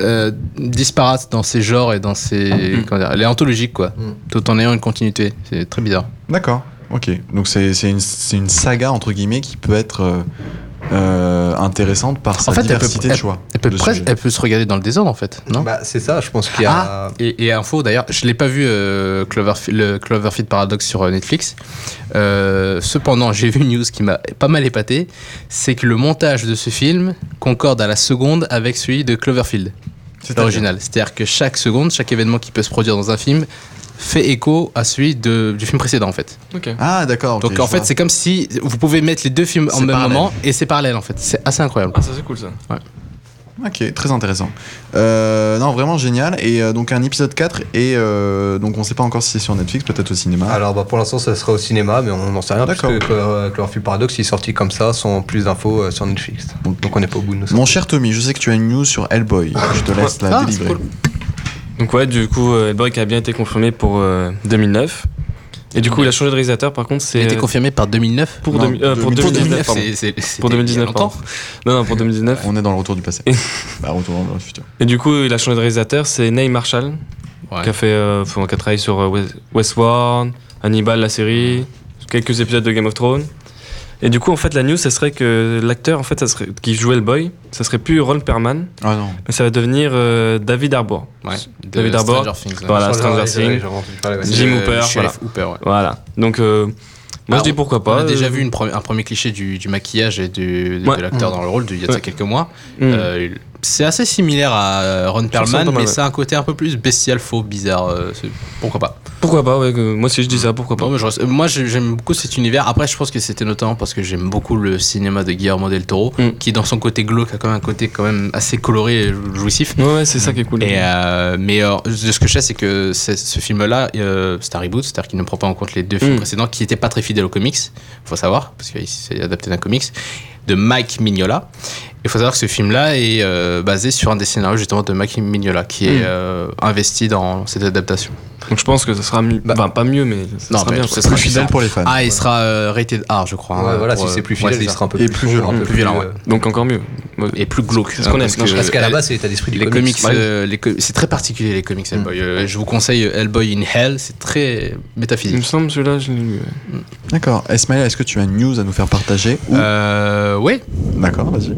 euh, disparate dans ses genres et dans ses.
Mm.
comment dire, elle est anthologique quoi,
Mm.
tout en ayant une continuité. C'est très bizarre.
D'accord. Ok. Donc c'est c'est une, c'est une saga, entre guillemets, qui peut être euh, euh, intéressante par sa
fait, elle peut-
diversité de choix.
Elle peut,
de
presque-
sujets.
elle peut se regarder dans le désordre en fait, non
Bah, c'est ça. Je pense qu'il y a.
Et, et info d'ailleurs, je l'ai pas vu euh, Cloverfield, le Cloverfield Paradox sur euh, Netflix. Euh, cependant, j'ai vu une news qui m'a pas mal épaté, c'est que le montage de ce film concorde à la seconde avec celui de Cloverfield,
C'est
l'original. C'est-à-dire que chaque seconde, chaque événement qui peut se produire dans un film fait écho à celui de- du film précédent en fait.
Ok.
Ah, d'accord. ok,
Donc
je
en fait,
vois.
c'est comme si vous pouvez mettre les deux films en
C'est
même
parallèle.
moment et c'est parallèle en fait. C'est assez incroyable.
Ah, ça c'est cool ça.
Ok, très intéressant. Euh, non, vraiment génial. Et euh, donc un épisode 4, et euh, donc on sait pas encore si c'est sur Netflix, peut-être au cinéma.
Ah,
Alors, bah, pour l'instant, ça sera au cinéma, mais on n'en sait rien parce
Ah. D'accord.
que Clo- Cloverfield Paradox il est sorti comme ça, sans plus d'infos euh, sur Netflix. Donc, on n'est pas au bout de nos
Mon cher Tommy, je sais que tu as une news sur Hellboy. Je te laisse la
Ah, c'est
délivrer.
cool.
Donc ouais, du coup, euh, Hellboy qui a bien été confirmé pour euh, 2009. Et du coup, il a changé de réalisateur. Par contre,
Il a
c'est euh,
été confirmé par 2009.
pour,
Non,
demi- euh, pour
2019,
2019. pardon.
c'est- c'est- c'était
Pour
il y a
2019,
longtemps.
pardon. Non, non, pour 2019.
On est dans le retour du passé.
Et-
bah, retour dans le futur.
Et du coup, il a changé de réalisateur. C'est Neil Marshall
Ouais.
qui a fait, euh, enfin, qui a travaillé sur euh, Wes- Westworld, Hannibal, la série, quelques épisodes de Game of Thrones. Et du coup, en fait, la news, ce serait que l'acteur, en fait, ça serait, qui jouait le boy, ça serait plus Ron Perlman,
Ah non.
mais ça va devenir euh, David Harbour.
Ouais, de
David Harbour.
Stranger Things, ouais.
Voilà,
Sans-
Stranger
ouais,
Things.
j'avais entendu parler, ouais.
C'est
Jim
le
Hooper,
shérif Hooper, ouais.
Voilà. Donc, euh, moi,
Ah,
je dis pourquoi
On
pas.
a déjà
Euh,
vu une pre- un premier cliché du, du maquillage et du, de,
Ouais. Mm.
de l'acteur dans le rôle de- il y a de ça
Ouais.
quelques mois.
hmm.
Euh, c'est assez similaire à euh, Ron
sens
Perlman,
pas mal,
mais
ouais.
c'est un côté un peu plus bestial, faux, bizarre. euh, c'est- pourquoi pas
Pourquoi pas, ouais, que- moi si je dis ça, pourquoi pas.
Non, mais je reste- Moi, j'ai- j'aime beaucoup cet univers. Après, je pense que c'était notamment parce que j'aime beaucoup le cinéma de Guillermo del Toro,
Mm.
qui, dans son côté glauque, a quand même un côté quand même assez coloré et jouissif.
Ouais, ouais, c'est ça qui est cool.
Mm. Et euh, mais euh, de ce que je sais, c'est que c'est- ce film-là, euh, c'est un reboot, c'est-à-dire qu'il ne prend pas en compte les deux films
Mm.
précédents qui n'étaient pas très fidèles aux comics, faut savoir, parce qu'il s'est adapté d'un comics, de Mike Mignola. Il faut savoir que ce film-là est euh, basé sur un des scénarios justement de Mike Mignola, qui est
Mm.
euh, investi dans cette adaptation.
Donc je pense que ça sera mieux.
Bah-
Enfin, pas mieux, mais ça
Non,
sera
mais
bien.
ça
quoi.
sera-
Plus fidèle pour les fans.
Ah, il sera euh, rated R, je crois.
Ouais,
hein,
voilà,
pour,
si
euh,
c'est plus
ouais,
fidèle,
c'est
il
ça.
sera un peu
Et
plus,
plus
sombre,
violent.
un peu
Plus violent,
euh,
Donc encore mieux. Ouais.
Et plus glauque.
C'est ce qu'on aime,
Parce
non,
que-
Parce qu'à la
elle-
base, c'est l'état d'esprit du
Les comics,
Ouais.
euh, les co- c'est très particulier les comics Hellboy. Euh, je vous conseille Hellboy in Hell, c'est très
Il me
métaphysique.
semble celui-là, je l'ai lu. ouais.
D'accord. Esmaël, est-ce que tu as une news à nous faire partager Ou-
Euh, oui,
D'accord, vas-y.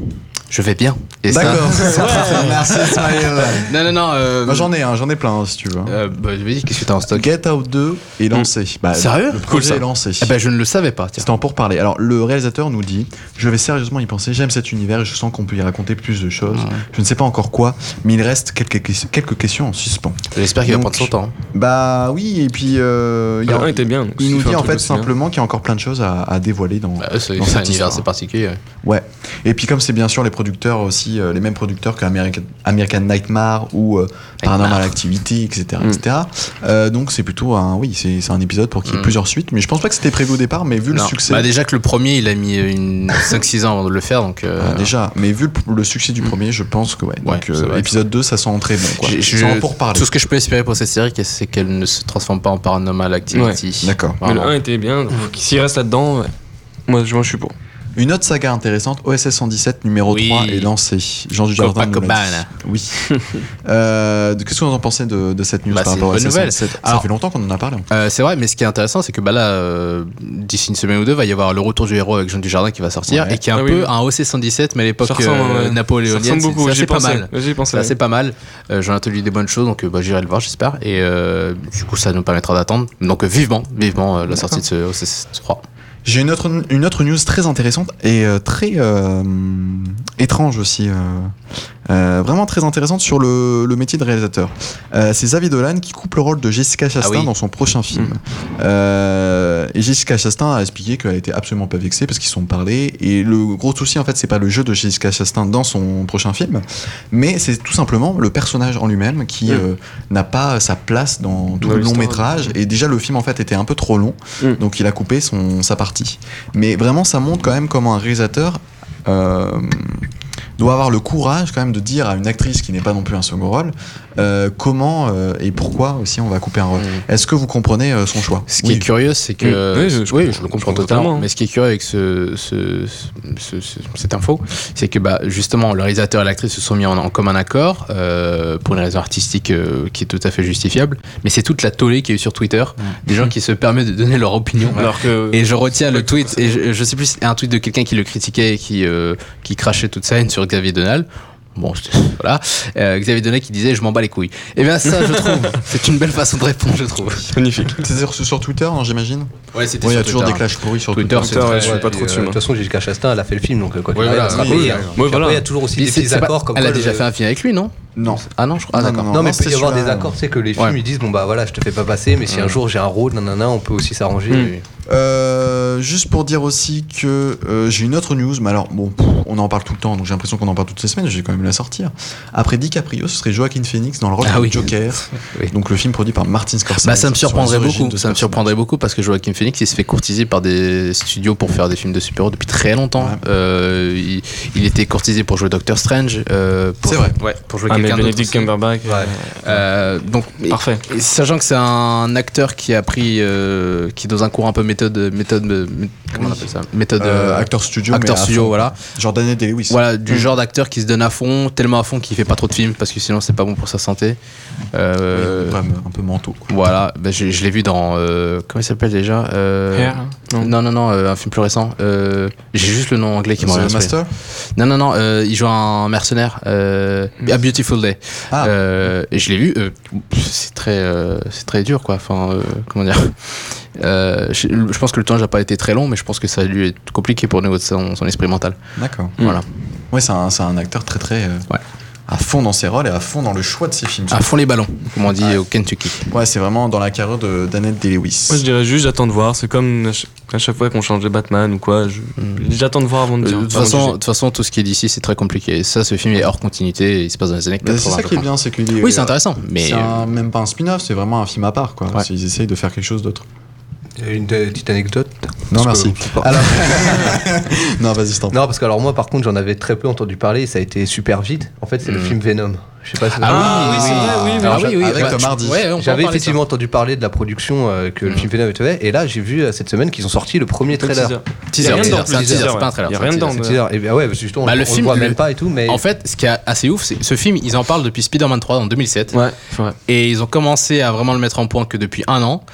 je vais bien. Et ça-
D'accord. *laughs* Merci Esmaël.
Non, non, non. euh,
Moi, j'en ai un, j'en ai plein hein, si tu veux. hein.
euh, bah, vas-y, qu'est-ce que t'as en stock
Get Out 2 est lancé. Ah, Bah,
Sérieux
Le
Cool,
projet
ça.
est lancé.
Eh ben, je ne le savais pas. Tiens.
C'était en pour parler. Alors, le réalisateur nous dit Je vais sérieusement y penser, j'aime cet univers et je sens qu'on peut y raconter plus de choses.
Ouais.
Je ne sais pas encore quoi, mais il reste quelques, ques- quelques questions en suspens.
J'espère qu'il va
Donc,
prendre son temps.
Bah oui, et puis euh, il, y a-
Le 1 était bien. donc
il
s'il
nous
fait
dit
un
en
truc
fait
aussi hein. bien.
simplement qu'il y a encore plein de choses à, à dévoiler dans.
Bah, c'est
dans
c'est un
cette
univers
histoire.
assez particulier. ouais.
Ouais. Et puis, comme c'est bien sûr les producteurs aussi, euh, les mêmes producteurs que American, American Nightmare ou euh, Paranormal
Nightmare.
Activity, etc.
Mm.
etc. Euh, donc, c'est plutôt un. Oui, c'est c'est un épisode pour qu'il y ait
Mm.
plusieurs suites, mais je pense pas que c'était prévu au départ, mais vu
Non.
le succès.
Bah, déjà que le premier, il a mis une *laughs* 5-6 ans avant de le faire. Donc, euh,
Ah, déjà, mais vu le, le succès du
Mm.
premier, je pense que ouais.
Ouais,
Donc,
ça
euh,
va être-
épisode 2, ça sent très bon. Quoi.
j'ai- j'ai-
Sans pour parler.
Tout ce que je peux espérer pour cette série, c'est qu'elle ne se transforme pas en paranormal activity.
D'accord.
Mais le
Vraiment.
1 était bien. donc S'il reste là-dedans, ouais. moi je moi, je suis pour.
Une autre saga intéressante, OSS 117 numéro
Oui.
3 est lancée. Jean Dujardin nous l'a dit.
Copacabana.
Oui. *laughs* Euh, Qu'est-ce que vous en pensez de, de cette news
Bah,
par
c'est
rapport
une
à
bonne
OSS
nouvelle.
117 Ça
Alors-
fait longtemps qu'on en a parlé. en fait.
Euh, c'est vrai, mais ce qui est intéressant, c'est que bah là, euh, d'ici une semaine ou deux, va y avoir le retour du héros avec Jean Dujardin qui va sortir
Ouais.
et qui est un
Ah oui,
peu
oui.
un OC 117, mais à l'époque
Ça ressemble,
euh,
ouais. Ça
napoléonienne.
ressemble
c'est-
beaucoup,
c'est
j'y
assez pas
pensais.
mal.
J'y
C'est
pensais.
assez pas mal. Euh, J'en ai entendu des bonnes choses, donc euh, bah, j'irai le voir, j'espère. Et euh, du coup, ça nous permettra d'attendre. Donc euh, vivement, vivement euh, la sortie de ce OC 3.
J'ai une autre, une autre news très intéressante et euh, très euh, étrange aussi. euh, euh, vraiment très intéressante sur le, le métier de réalisateur. Euh, c'est Xavier Dolan qui coupe le rôle de Jessica Chastain
oui.
dans son prochain film. Euh, et Jessica Chastain a expliqué qu'elle était absolument pas vexée parce qu'ils se sont parlé. Et le gros souci, en fait, c'est pas le jeu de Jessica Chastain dans son prochain film, mais c'est tout simplement le personnage en lui-même qui
Mm.
euh, n'a pas sa place dans tout
Dans
le long
l'histoire.
métrage. Et déjà, le film, en fait, était un peu trop long.
Mm.
Donc, il a coupé son, sa partie. Mais vraiment, ça montre quand même comment un réalisateur. euh, doit avoir le courage quand même de dire à une actrice qui n'est pas non plus un second rôle euh, comment euh, et pourquoi aussi on va couper un rôle. Est-ce que vous comprenez euh, son choix
Ce qui est curieux, c'est que.
Oui, oui, je- je
oui,
comprends-
je
je
le comprends
comprends
totalement.
totalement.
Mais ce qui est curieux avec ce, ce- ce- ce- cette info, c'est que bah, justement, le réalisateur et l'actrice se sont mis en, en commun accord euh, pour une raison artistique euh, qui est tout à fait justifiable. Mais c'est toute la tollée qu'il y a eu sur Twitter des gens qui se permettent de donner leur opinion.
Alors que.
Et je retiens le tweet, et je, je sais plus, un tweet de quelqu'un qui le critiquait et qui, euh, qui crachait toute sa haine sur Xavier Donal. Bon, c'était- voilà. Euh, Xavier Donal qui disait Je m'en bats les couilles. Et bien, ça, je trouve, c'est une belle façon de répondre, je trouve.
Magnifique.
C'est sur, sur Twitter, hein, j'imagine
Ouais,
Il y a toujours des clashs pourris sur Twitter.
Twitter, c'est
Twitter,
très-
ouais, je suis pas
Et,
trop
euh,
dessus.
De
moi.
toute façon, Jessica Chastain, elle a fait le film, donc euh, quoi qu'il
Ouais,
arrive, elle
voilà,
sera
oui,
payée.
oui,
hein.
oui.
Puis
Ouais,
après,
voilà.
il y a toujours aussi
Puis
des
c'est-
petits
c'est pas-
accords comme
Elle a
quoi
déjà
le-
fait un film avec lui, non
Non.
Ah non, je crois. Ah,
euh, Non,
d'accord.
non,
Non, mais il peut
c'est
y avoir
celui-là,
des
non.
accords, c'est que les films
Ouais.
ils disent bon bah voilà, je te fais pas passer, mais si un jour j'ai un rôle, nanana, on peut aussi s'arranger.
Mm.
Et-
Euh, juste pour dire aussi que euh, j'ai une autre news, mais alors bon, pff, on en parle tout le temps, donc j'ai l'impression qu'on en parle toutes les semaines, je vais quand même la sortir. Après DiCaprio, ce serait Joaquin Phoenix dans le rôle
Ah
de
oui.
Joker,
*laughs* Oui.
donc le film produit par Martin Scorsese.
Bah, ça me
sur les
surprendrait
origines
beaucoup.
de ce
Ça me
personnage.
surprendrait beaucoup parce que Joaquin Phoenix, il se fait courtiser par des studios pour faire des films de super-héros depuis très longtemps.
Ouais.
Euh, il, il était courtisé pour jouer Doctor Strange. euh, pour-
C'est vrai.
Ouais, pour jouer
Ah, mais
quelqu'un d'autre.
Benedict
aussi.
Cumberbatch.
Ouais.
Euh, donc, et-
Parfait.
et sachant que c'est un acteur qui a pris, euh, qui est dans un cours un peu méthode, méthode, mé- comment on appelle ça, méthode
Euh,
euh,
acteur studio,
acteur
mais à
studio,
fond.
voilà.
Jordan et Lewis.
Voilà, du
Mm.
genre d'acteur qui se donne à fond, tellement à fond qu'il fait pas trop de films parce que sinon c'est pas bon pour sa santé. Euh,
Ouais, un peu manteau. quoi.
Voilà, bah, je, je l'ai vu dans. euh, comment il s'appelle déjà Euh,
Hair, hein Non.
Non, non, non, euh, un film plus récent. Euh, J'ai juste le nom anglais qui me revient.
The Master
Non, non, non, euh, il joue un mercenaire. Euh,
Mm.
A Beautiful Day.
Ah.
Euh, et je l'ai vu, euh, c'est très, euh, c'est très dur, quoi. Enfin, euh, comment dire Euh, je, je pense que le tournage n'a pas été très long, mais je pense que ça a dû être compliqué pour niveau de son, son esprit mental.
D'accord.
Mm.
Voilà.
Ouais, c'est un, c'est un acteur très très. euh,
Ouais. Ah.
À fond dans ses rôles et à fond dans le choix de ses films.
À fond les ballons, comme on dit
Ouais.
au Kentucky.
Ouais, c'est vraiment dans la carrière de d'Annette Day-Lewis.
Moi, je dirais juste, j'attends de voir. C'est comme à ch- à chaque fois qu'on change de Batman ou quoi. je- J'attends de voir avant de
Euh,
dire.
De toute
avant de
façon, de
juger.
toute façon, tout ce qui est d'ici, c'est très compliqué. Ça, ce film est hors continuité. Il se passe dans les années
Mais
80.
Bah, c'est ça
je
qui est
crois.
bien, c'est qu'il est. euh,
Oui, c'est intéressant, mais euh,
C'est un- même pas un spin-off, c'est vraiment un film à part, quoi.
Ouais.
Ils essayent de faire quelque chose d'autre.
Une euh, petite anecdote.
Non,
Parce que-
merci. Alors... non, vas-y, je t'en prie.
Non, parce que alors moi par contre, j'en avais très peu entendu parler, et ça a été super vite. En fait, c'est le
Mm.
film Venom. Je sais pas si
Ah oui, oui, c'est vrai, oui, oui.
Ah oui, oui.
Avec
ouais,
Tom
tu-
Hardy.
ouais, on peut en
J'avais
parler, Mm.
effectivement entendu parler de la production euh, que le film Venom était, et là j'ai vu euh, cette semaine qu'ils ont sorti le premier
Le
trailer.
ça.
Il y a
Teaser,
rien
teaser,
dedans,
c'est un
le
teaser,
teaser,
c'est pas un
ouais.
trailer.
Il y a
c'est un
rien
teaser.
dedans.
C'est teaser. Et, bah ouais, parce que justement,
Bah,
on,
le
on
film,
le voit
le-
même pas et tout, mais
En fait, ce qui est assez ouf, c'est ce film, ils en parlent depuis Spider-Man 3 en 2007.
Ouais, c'est vrai.
Et ils ont commencé à vraiment le mettre en point que depuis un an.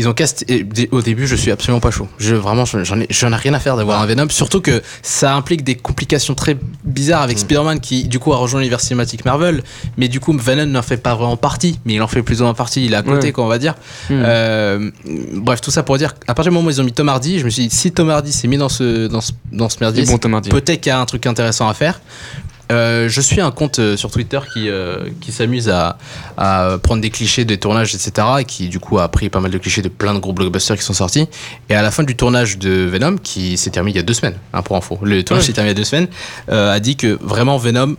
Ils ont casté. et dé- Au début, je suis absolument pas chaud. Je, vraiment, je- j'en ai, j'en ai rien à faire d'avoir un Venom. Surtout que ça implique des complications très bizarres
Mm.
avec Spider-Man qui, du coup, a rejoint l'univers cinématique Marvel. Mais du coup, Venom n'en fait pas vraiment partie. Mais il en fait plus ou moins partie. Il est à côté,
Ouais.
quoi, on va dire.
Mm.
Euh, bref, tout ça pour dire qu'à partir du moment où ils ont mis Tom Hardy, je me suis dit, si Tom Hardy s'est mis dans ce, dans ce, dans ce merdier,
Et bon, Tom Hardy.
Peut-être qu'il y a un truc intéressant à faire. Euh, je suis un compte euh, sur Twitter qui, euh, qui s'amuse à, à prendre des clichés des tournages, etc. Et qui, du coup, a pris pas mal de clichés de plein de gros blockbusters qui sont sortis. Et à la fin du tournage de Venom, qui s'est terminé il y a deux semaines, hein, pour info, le tournage
Ouais.
s'est terminé il y a deux semaines, euh, a dit que vraiment Venom,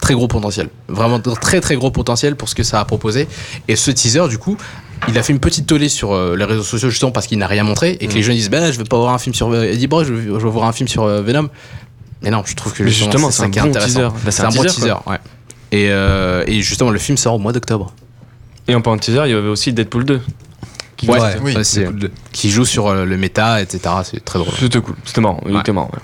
très gros potentiel. Vraiment très très gros potentiel pour ce que ça a proposé. Et ce teaser, du coup, il a fait une petite tollée sur euh, les réseaux sociaux justement parce qu'il n'a rien montré et que
Mm.
les jeunes disent ben je veux pas voir un film sur euh, Eddie Brock, je veux, je veux voir un film sur euh, Venom. Mais non, je trouve que
Mais justement, c'est
ça
un
qui est
bon
intéressant.
teaser. Bah,
C'est un, bon teaser, ouais. Et, euh, et justement, le film sort au mois d'octobre.
Et en parlant de teaser, il y avait aussi Deadpool 2.
Ouais,
oui.
ouais, c'est- qui joue sur euh, le méta, etc. C'est très drôle.
C'était cool. C'était marrant. Il
Ouais.
était marrant. ouais.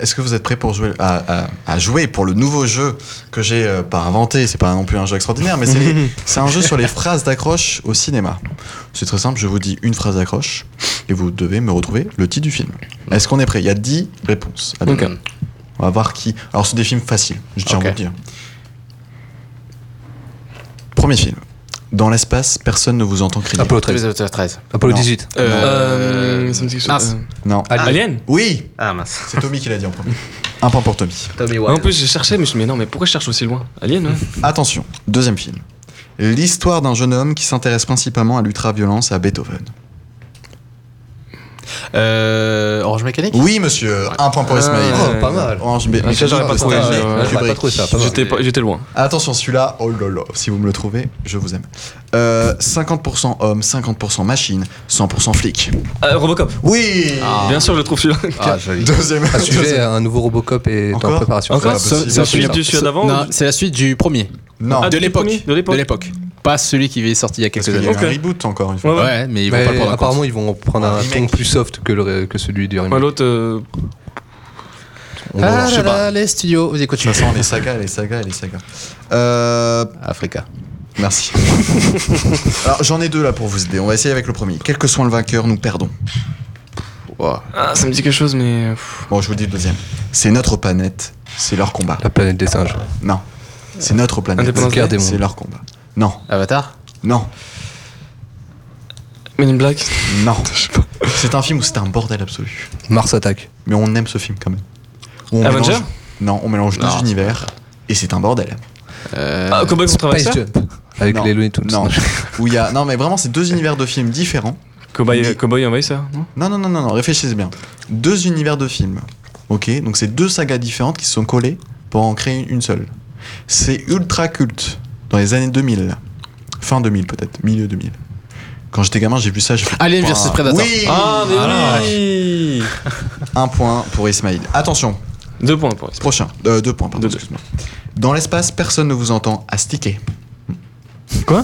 Est-ce que vous êtes prêts pour jouer à, à- à jouer pour le nouveau jeu que j'ai euh, pas inventé C'est pas non plus un jeu extraordinaire, mais c'est
*laughs*
les- c'est un jeu sur les phrases d'accroche au cinéma. C'est très simple. Je vous dis une phrase d'accroche et vous devez me retrouver le titre du film. Est-ce qu'on est prêt Il y a 10 réponses. à donner.
Mm.
On va voir qui. Alors, c'est des films faciles. Je tiens
Ok.
à vous le dire. Premier film. Dans l'espace, personne ne vous entend crier.
Apollo
Tous les
13.
Avengers 13.
Apollo
Non.
18.
Euh, ça me dit quelque chose.
mince.
Euh,
Non.
Alien.
Alien
Oui
Ah mince.
C'est Tommy qui l'a dit en
*laughs*
premier. Un point pour Tommy.
Tommy
Ouais, En plus, j'ai cherché, mais je me suis dit, mais non, mais pourquoi je cherche aussi loin Alien, hein? ouais.
Attention, deuxième film. L'histoire d'un jeune homme qui s'intéresse principalement à l'ultra-violence et à Beethoven.
Euh, Orange Mécanique
Oui, monsieur. Un point pour Ismail.
Euh,
Oh, pas mal.
Orange Bé-
Mais ça, j'aurais pas trouvé,
Stanley
euh, ouais.
Kubrick.
J'aurais pas trouvé ça, pas mal.
J'étais pas- J'étais loin.
Attention, celui-là, oh là là, si vous me le trouvez, je vous aime. Euh, 50% homme, 50% machine, 100% flic.
Euh, Robocop.
Oui
Ah.
Bien sûr, je le trouve celui-là.
Ah, joli.
Deuxième
Un sujet,
deuxième-
un nouveau Robocop est
Encore
en préparation. Ah, bah,
Encore
C'est pas
Ce-
possible.
ce-
C'est celui
ce-
du- celui d'avant
Non,
ou-
c'est la suite du premier.
Non,
Ah,
de
du
l'époque.
premier, de l'époque.
De l'époque. Pas celui qui est sorti il y a
parce
quelques
qu'il y a
années.
eu un
Ok.
reboot encore une fois.
Ah Ouais, ouais.
Ouais, mais ils vont
Mais
pas le prendre en compte.
apparemment, ils vont prendre
Ah, Un
un ton
remake.
plus soft que, le- que celui du
Moi,
remake.
l'autre. euh,
On va voir, je sais pas.
Ah les studios, vous écoutez.
Ça sent les sagas, les sagas, les sagas. Euh,
Ah, Africa.
Merci. Alors j'en ai deux là pour vous aider. On va essayer avec le premier. Quel que soit le vainqueur, nous perdons.
Wow.
Ah, ça me dit quelque chose, mais. pff.
Bon, je vous dis le deuxième. C'est notre planète, c'est leur combat.
La planète des singes.
Non. C'est notre planète,
Indépendance
Guerre des
c'est
mondes.
leur combat. Non,
Avatar
non,
Men in Black.
non. C'est un film où c'était un bordel absolu.
Mars attaque.
Mais on aime ce film quand même. Où on
Avenger
mélange- Non, on mélange
Non,
deux
c'est
univers et c'est un bordel.
euh,
Ah, Cowboy contre
Space
Avatar.
Jump. Avec
Non.
les Looney Tunes.
Non. Où il y a non mais vraiment c'est deux univers de films différents.
Cowboy Cowboy Envahisseur, non
Non, non, non, non, non, réfléchissez bien. Deux univers de films. Ok, donc c'est deux sagas différentes qui se sont collées pour en créer une seule. C'est ultra culte dans les années 2000. Fin 2000 peut-être, milieu 2000. Quand j'étais gamin, j'ai vu ça, j'ai fait
Alien
Point.
versus Predator.
Oui
Ah, mais
Ah.
oui
Un point pour Ismail. Attention,
Deux points pour Ismaël.
prochain. Euh, deux points, pardon,
Deux.
excuse-moi. Dans l'espace, personne ne vous entend astiquer.
Ah,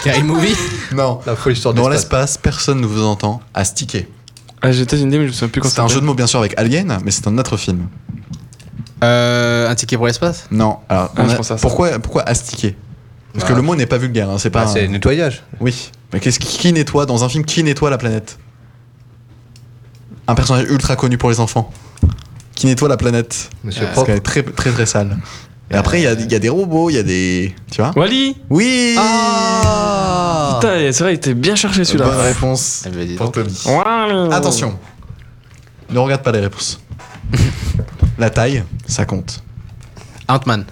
Scary Movie
Non.
*laughs* La folle histoire de
Dans l'espace, personne ne vous entend astiquer.
Ah, j'ai peut-être une idée, mais je me souviens plus quand
C'est un jeu de mots bien sûr avec Alien, mais c'est un autre film.
euh, Un ticket pour l'espace
Non, alors
Ah,
on
je
a-
pense à ça. Ah.
pourquoi pourquoi astiquer Parce
Bah.
que le mot n'est pas vulgaire, hein, c'est pas.
Ah, c'est
un-
nettoyage.
Oui. Mais qu'est-ce qui qui nettoie dans un film qui nettoie la planète Un personnage ultra connu pour les enfants qui nettoie la planète
Monsieur
Euh,
parce
Propre.
qu'elle est très très très sale. Et après il y a, il y a des robots, il y a des tu vois
Wally
Oui.
Putain, c'est vrai, il était bien cherché
Bonne
Ah. celui-là.
réponse
Eh ben, dis
pour
donc.
Tommy.
Waouh.
Attention. Ne regarde pas les
*laughs*
réponses. la taille, ça compte.
Ant-Man.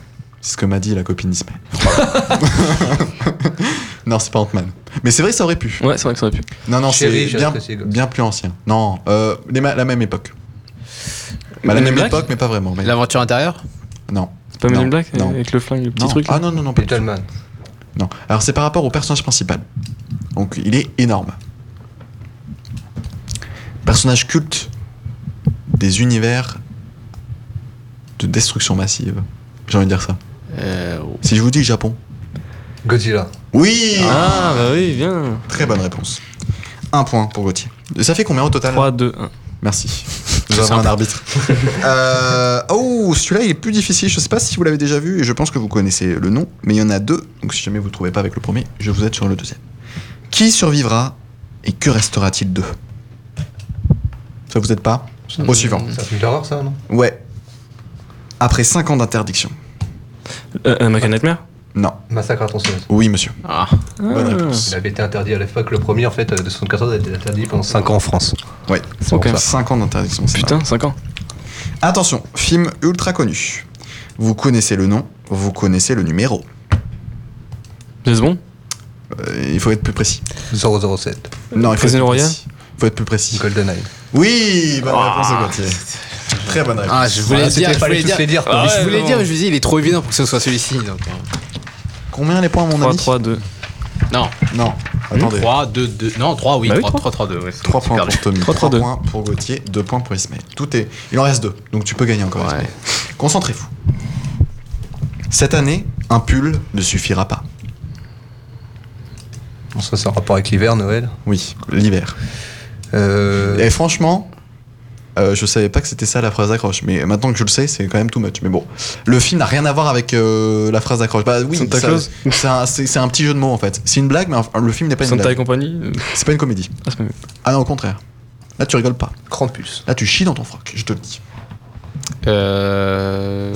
C'est ce que m'a dit la copine d'Ismaël. *laughs* non, c'est pas Ant-Man. Mais c'est vrai, ça aurait pu.
Ouais, c'est vrai que ça aurait pu.
Non, non, c'est
Chérie, je
bien,
reste chez Ghost.
bien plus ancien. Non, euh, les ma- la même époque. Bah, la
Men in
même
Euh, Black
époque, mais pas vraiment. mais-
L'aventure intérieure
Non.
C'est pas Men in
Non,
Black
non.
Avec le flingue, le petit
non.
truc là
ah non, non, non, pas du tout.
Beetleman.
Non. Alors, c'est par rapport au personnage principal. Donc, il est énorme. Personnage culte des univers de destruction massive. J'ai envie de dire ça.
euh,
Si je vous dis Japon.
Godzilla.
Oui
Ah, bah oui, bien.
Très bonne réponse. Un point pour Gauthier. Ça fait combien au total
3, 2, 1.
*laughs* Merci. Nous
C'est
avons un *laughs*
sympa.
arbitre. Euh, oh, celui-là il est plus difficile. Je sais pas si vous l'avez déjà vu et je pense que vous connaissez le nom, mais il y en a deux. Donc si jamais vous ne trouvez pas avec le premier, je vous aide sur le deuxième. Qui survivra et que restera-t-il d'eux Ça vous aide pas Au suivant.
C'est un film d'horreur, ça, non
Ouais. Après 5 ans d'interdiction.
Euh, American Nightmare
Non.
Massacre à la tronçonneuse.
Oui, monsieur.
Ah.
Bonne
Ah.
réponse.
Il avait été interdit à l'époque. Le premier, en fait, de 74, a été interdit pendant 5 ans en France.
Ouais.
C'est
Ok.
pour ça.
5 ans d'interdiction. c'est
Putain, 5 ans.
Attention, film ultra connu. Vous connaissez le nom, vous connaissez le numéro.
James Bond
Euh, il faut être plus précis.
007.
Non, il faut être
Casino
plus
Royale
précis. Il faut être plus précis.
GoldenEye.
Oui, bonne réponse de Gauthier. Très bonne réponse.
Ah, je voulais
Voilà,
dire,
c'était
je
pas
voulais
les tous
dire.
les dire,
Ah,
toi.
je voulais
Ouais,
dire,
non.
je me dis, il est trop évident pour que ce soit celui-ci. donc, euh,
Ah, Combien les points à mon
3,
ami
3, 2.
Non,
Non, attendez.
3, 2, 2. Non, 3, oui,
Bah oui,
3,
trois.
3, 3, 2.
3 points pour Tommy, 3,
3, 3, 2.
points pour Gauthier, 2 points pour Ismaël. Tout est... Il en reste 2, donc tu peux gagner encore.
Ouais.
Ismaël. Concentrez-vous. Cette année, un pull ne suffira pas.
Ça, c'est en rapport avec l'hiver, Noël.
Oui, l'hiver.
Euh,
Et franchement, Euh, je savais pas que c'était ça la phrase d'accroche, mais maintenant que je le sais, c'est quand même too much. Mais bon, le film n'a rien à voir avec euh, la phrase d'accroche. Bah oui,
Santa
ça-
Claus
c'est un, c'est- c'est un petit jeu de mots en fait. C'est une blague, mais un- le film n'est pas une
Santa et
blague.
compagnie euh,
C'est pas une comédie.
ah, c'est pas mieux.
Ah non, au contraire. Là, tu rigoles pas.
Krampus.
Là, tu chies dans ton froc, je te le dis.
Euh...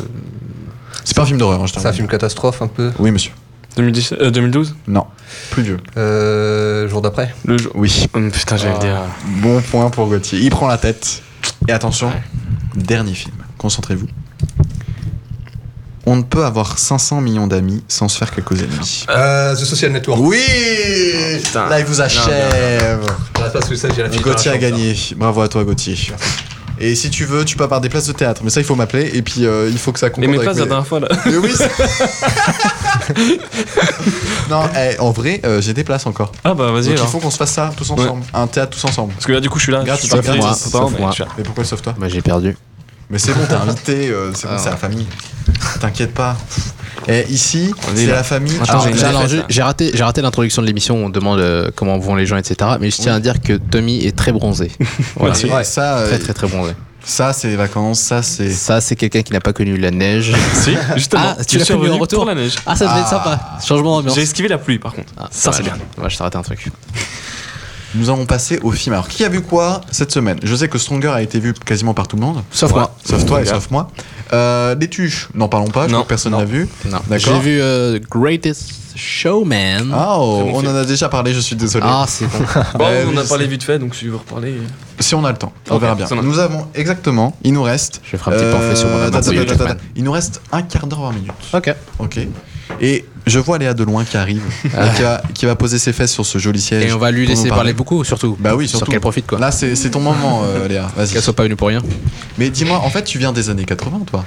C'est pas un film d'horreur, hein, je te
C'est un
rappelle.
film catastrophe un peu.
Oui, monsieur.
2010 euh, 2012
Non, plus vieux.
Euh, jour d'après.
Le jour.
Oui. Ah.
Hum, putain, j'allais le dire.
Bon point pour Gauthier. Il prend la tête. Et attention, dernier film. Concentrez-vous. On ne peut avoir 500 millions d'amis sans se faire quelques ennemis.
Euh, The Social Network.
Oui
putain.
Là, il vous achève.
Ah, parce que ça, j'ai la fiche
Gauthier
dans
a
la chambre,
gagné. Bravo à toi, Gauthier. Et si tu veux, tu peux avoir des places de théâtre. Mais ça, il faut m'appeler. Et puis, euh, il faut que ça
Et
concorde
mes
avec
places la
mes-
dernière fois là.
Mais oui c'est- *laughs* Non, eh, en vrai, euh, j'ai des places encore.
Ah bah vas-y
Donc, il
alors.
faut qu'on se fasse ça tous ensemble. Un théâtre tous ensemble.
Parce que là du coup je suis là.
Regarde,
je suis
sauf
pas
moi,
pris, pas
sauf
mais
moi.
je suis là.
Mais pourquoi sauve-toi
Bah, j'ai perdu.
Mais c'est bon, t'es invité, euh, c'est bon,
Ah.
c'est la famille. T'inquiète pas. Et ici,
On est
c'est
là.
la famille.
Attends,
Ah,
j'ai une
j'ai-
Alors,
fait
j'ai-
ça.
j'ai raté, j'ai raté l'introduction de l'émission où on demande euh, comment vont les gens, etc. Mais je tiens à dire que Tommy est très bronzé. Voilà.
et
Ouais.
Ça, euh,
Très très très bronzé.
ça c'est les vacances, ça c'est.
Ça, c'est quelqu'un qui n'a pas connu la neige.
Si, justement.
Ah, tu
je
l'as
suis
connu en
revenu
retour
pour la neige.
Ah, ça devait être sympa. Changement d'ambiance.
J'ai esquivé la pluie par contre.
Ah,
Ça, c'est
dommage. Dommage, t'as raté un truc.
Nous avons passé au film. Alors, qui a vu quoi cette semaine Je sais que Stronger a été vu quasiment par tout le monde.
Sauf
Ouais.
moi.
Sauf toi et
Regarde.
sauf moi. Euh, les tuches, n'en parlons pas, je
Non.
crois que personne
Non.
l'a vu.
Non.
D'accord.
J'ai vu euh, Greatest Showman. Ah,
Ah, oh,
Très bon
on
film.
en a déjà parlé, je suis désolé.
c'est bon.
Bon,
Ouais,
on
bah oui,
a
je
parlé vite fait donc je vais vous reparler.
Si on a le temps, on
Ok,
verra bien.
ça marche.
Nous avons exactement, il nous reste.
Je vais faire un petit parfait sur mon
Euh,
amant
tata,
Hugh
tata, tata.
Jackman.
Il nous reste un quart d'heure, 20 minutes.
*laughs* Ok.
Ok. Et je vois Léa Deloin qui
*laughs*
arrive, et qui, va, qui va poser ses fesses sur ce joli siège.
Et on va lui
pour nous
laisser parler beaucoup, surtout.
Bah oui,
Sur
surtout.
qu'elle profite, quoi.
Là, c'est c'est ton moment, euh, Léa. Vas-y.
Qu'elle soit pas venue pour rien.
Mais dis-moi, en fait, tu viens des années 80,
*laughs*
toi.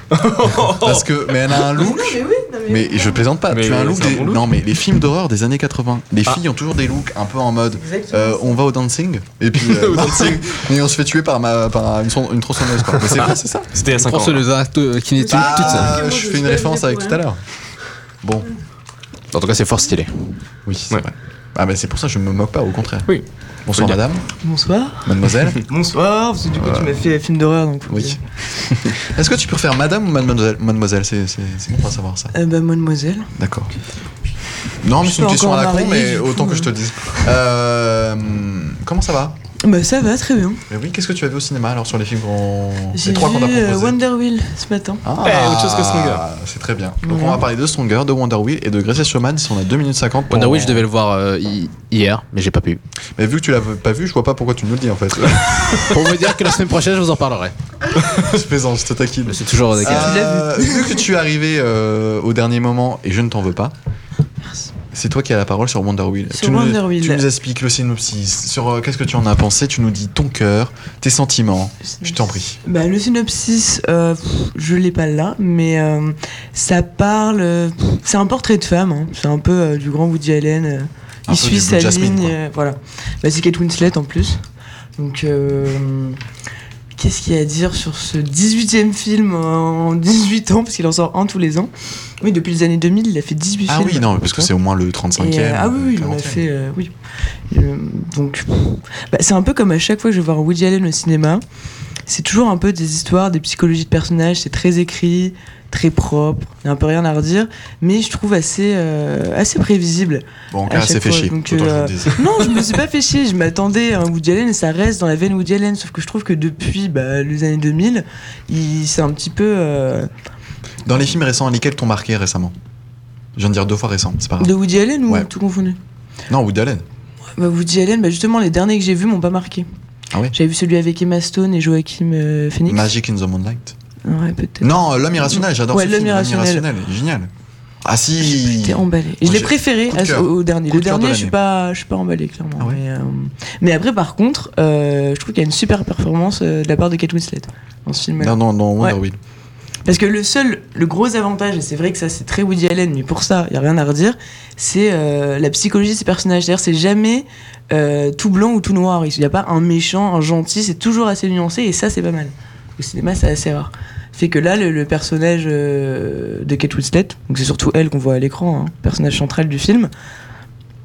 Parce que, mais elle a un look.
mais oui, non,
Mais je plaisante pas.
Mais
tu as un look,
c'est un
des-
bon look. Ah.
Non, mais les films d'horreur des années 80. Les filles ont toujours des looks un peu en mode.
Exactement.
euh, on va au dancing et
*laughs*
puis euh, *laughs* et on se fait tuer par ma par une, son- une tronçonneuse quoi. Mais c'est
Ah.
vrai c'est ça
C'était il y a 5 ans.
Pense le acte euh, qui n'est
Ah.
toute seule.
ça.
Euh, je fais une référence avec tout à l'heure. Bon
En tout cas, c'est fort stylé.
oui c'est
Ouais.
vrai. Ah mais c'est pour ça que je me moque pas au contraire.
Oui.
Bonsoir
Faut le
madame,
Bonsoir.
mademoiselle.
*laughs* Bonsoir, parce que du coup, tu m'as fait film d'horreur, donc.
Oui. *laughs* Est-ce que tu préfères madame ou mademoiselle Mademoiselle, c'est c'est- c'est bon à savoir ça.
Euh, bah, mademoiselle.
D'accord. Non, mais
Je
c'est une
suis
question à la
encore
con,
mariée,
mais
du coup,
autant que je te le dise. Euh, comment ça va
Bah, ça va, très bien.
Mais oui, qu'est-ce que tu as vu au cinéma alors sur les films qu'on.
J'ai
Les
vu
trois qu'on t'a proposés
euh, Wonder Wheel ce matin.
Ah,
Eh, autre chose que Stronger.
C'est très bien. Donc
Voilà.
on va parler de Stronger, de Wonder Wheel et de Gracie Showman si on a 2 minutes 50. pour-
Wonder Witch, je devais le voir euh, hi- hier, mais j'ai pas pu.
Mais vu que tu l'as pas vu, je vois pas pourquoi tu nous le dis en
*laughs*
fait.
Pour vous dire que la semaine prochaine, je vous en parlerai.
*laughs* je plaisante, je te taquine.
C'est toujours au décalage.
Euh, vu que tu es arrivé euh, au dernier moment et je ne t'en veux pas.
Merci.
C'est toi qui as la parole sur Wonder Wheel.
Sur
tu, nous-
Wonder
tu
Wheel.
nous expliques le synopsis, sur euh, qu'est-ce que tu en as pensé, tu nous dis ton cœur, tes sentiments. Je t'en prie.
Bah, le synopsis, euh, pff, je l'ai pas là, mais euh, ça parle. euh, pff, c'est un portrait de femme, hein. c'est un peu euh, du grand Woody Allen. euh,
Un
il
peu
suit
du
sa
Blue Jasmine,
ligne.
quoi.
euh, voilà. Bah, c'est Kate Winslet en plus. Donc, euh, qu'est-ce qu'il y a à dire sur ce 18 e film en 18 ans, parce qu'il en sort un tous les ans Oui, depuis les années 2000, il a fait 18
Ah
films.
oui, non, mais parce que c'est au moins le
Et,
35e.
euh, ah oui, oui,
euh,
on a
40e.
fait. euh, oui. Euh, donc, bah, c'est un peu comme à chaque fois que je vais voir Woody Allen au cinéma. C'est toujours un peu des histoires, des psychologies de personnages. C'est très écrit, très propre. Il n'y a un peu rien à redire. Mais je trouve assez, euh, assez prévisible.
Bon,
à
Clara s'est
chaque
fait
fois,
chier.
donc,
autant je vous
euh,
le dise.
Non, je me suis pas fait chier. Je m'attendais à un Woody Allen et ça reste dans la veine Woody Allen. Sauf que je trouve que depuis bah, les années 2000, il- c'est un petit peu. euh,
Dans les films récents, lesquels t'ont marqué récemment Je viens de dire deux fois récent, c'est pas grave.
de Woody Allen ou
Ah. Ouais.
tout confondu
Non, Woody Allen.
Bah, Woody Allen, bah, justement, les derniers que j'ai vus m'ont pas marqué.
Ah oui
J'avais vu celui avec Emma Stone et Joachim euh, Phoenix.
Magic in the Moonlight.
Ouais, peut-être.
Non, euh, L'homme irrationnel, j'adore
Ouais,
ce
L'Homme
film.
irrationnel.
il est génial. Ah si
J'étais emballé. Et je
Moi,
l'ai
j'ai-
préféré
coup de
à-
cœur.
au dernier.
Coup
Le
de cœur de
dernier, je suis
l'année.
pas, je suis pas emballé clairement.
Ah ouais.
mais, euh, mais après, par contre, euh, je trouve qu'il y a une super performance euh, de la part de Kate Winslet dans ce film.
Non, non, non, Wonder
Ouais.
Wheel.
Parce que le seul, le gros avantage, et c'est vrai que ça c'est très Woody Allen, mais pour ça, il n'y a rien à redire, c'est euh, la psychologie de ces personnages. C'est-à-dire, c'est jamais euh, tout blanc ou tout noir. Il n'y a pas un méchant, un gentil, c'est toujours assez nuancé, et ça c'est pas mal. Au cinéma, c'est assez rare. Fait que là, le, le personnage euh, de Kate Winslet, donc c'est surtout elle qu'on voit à l'écran, hein, personnage central du film,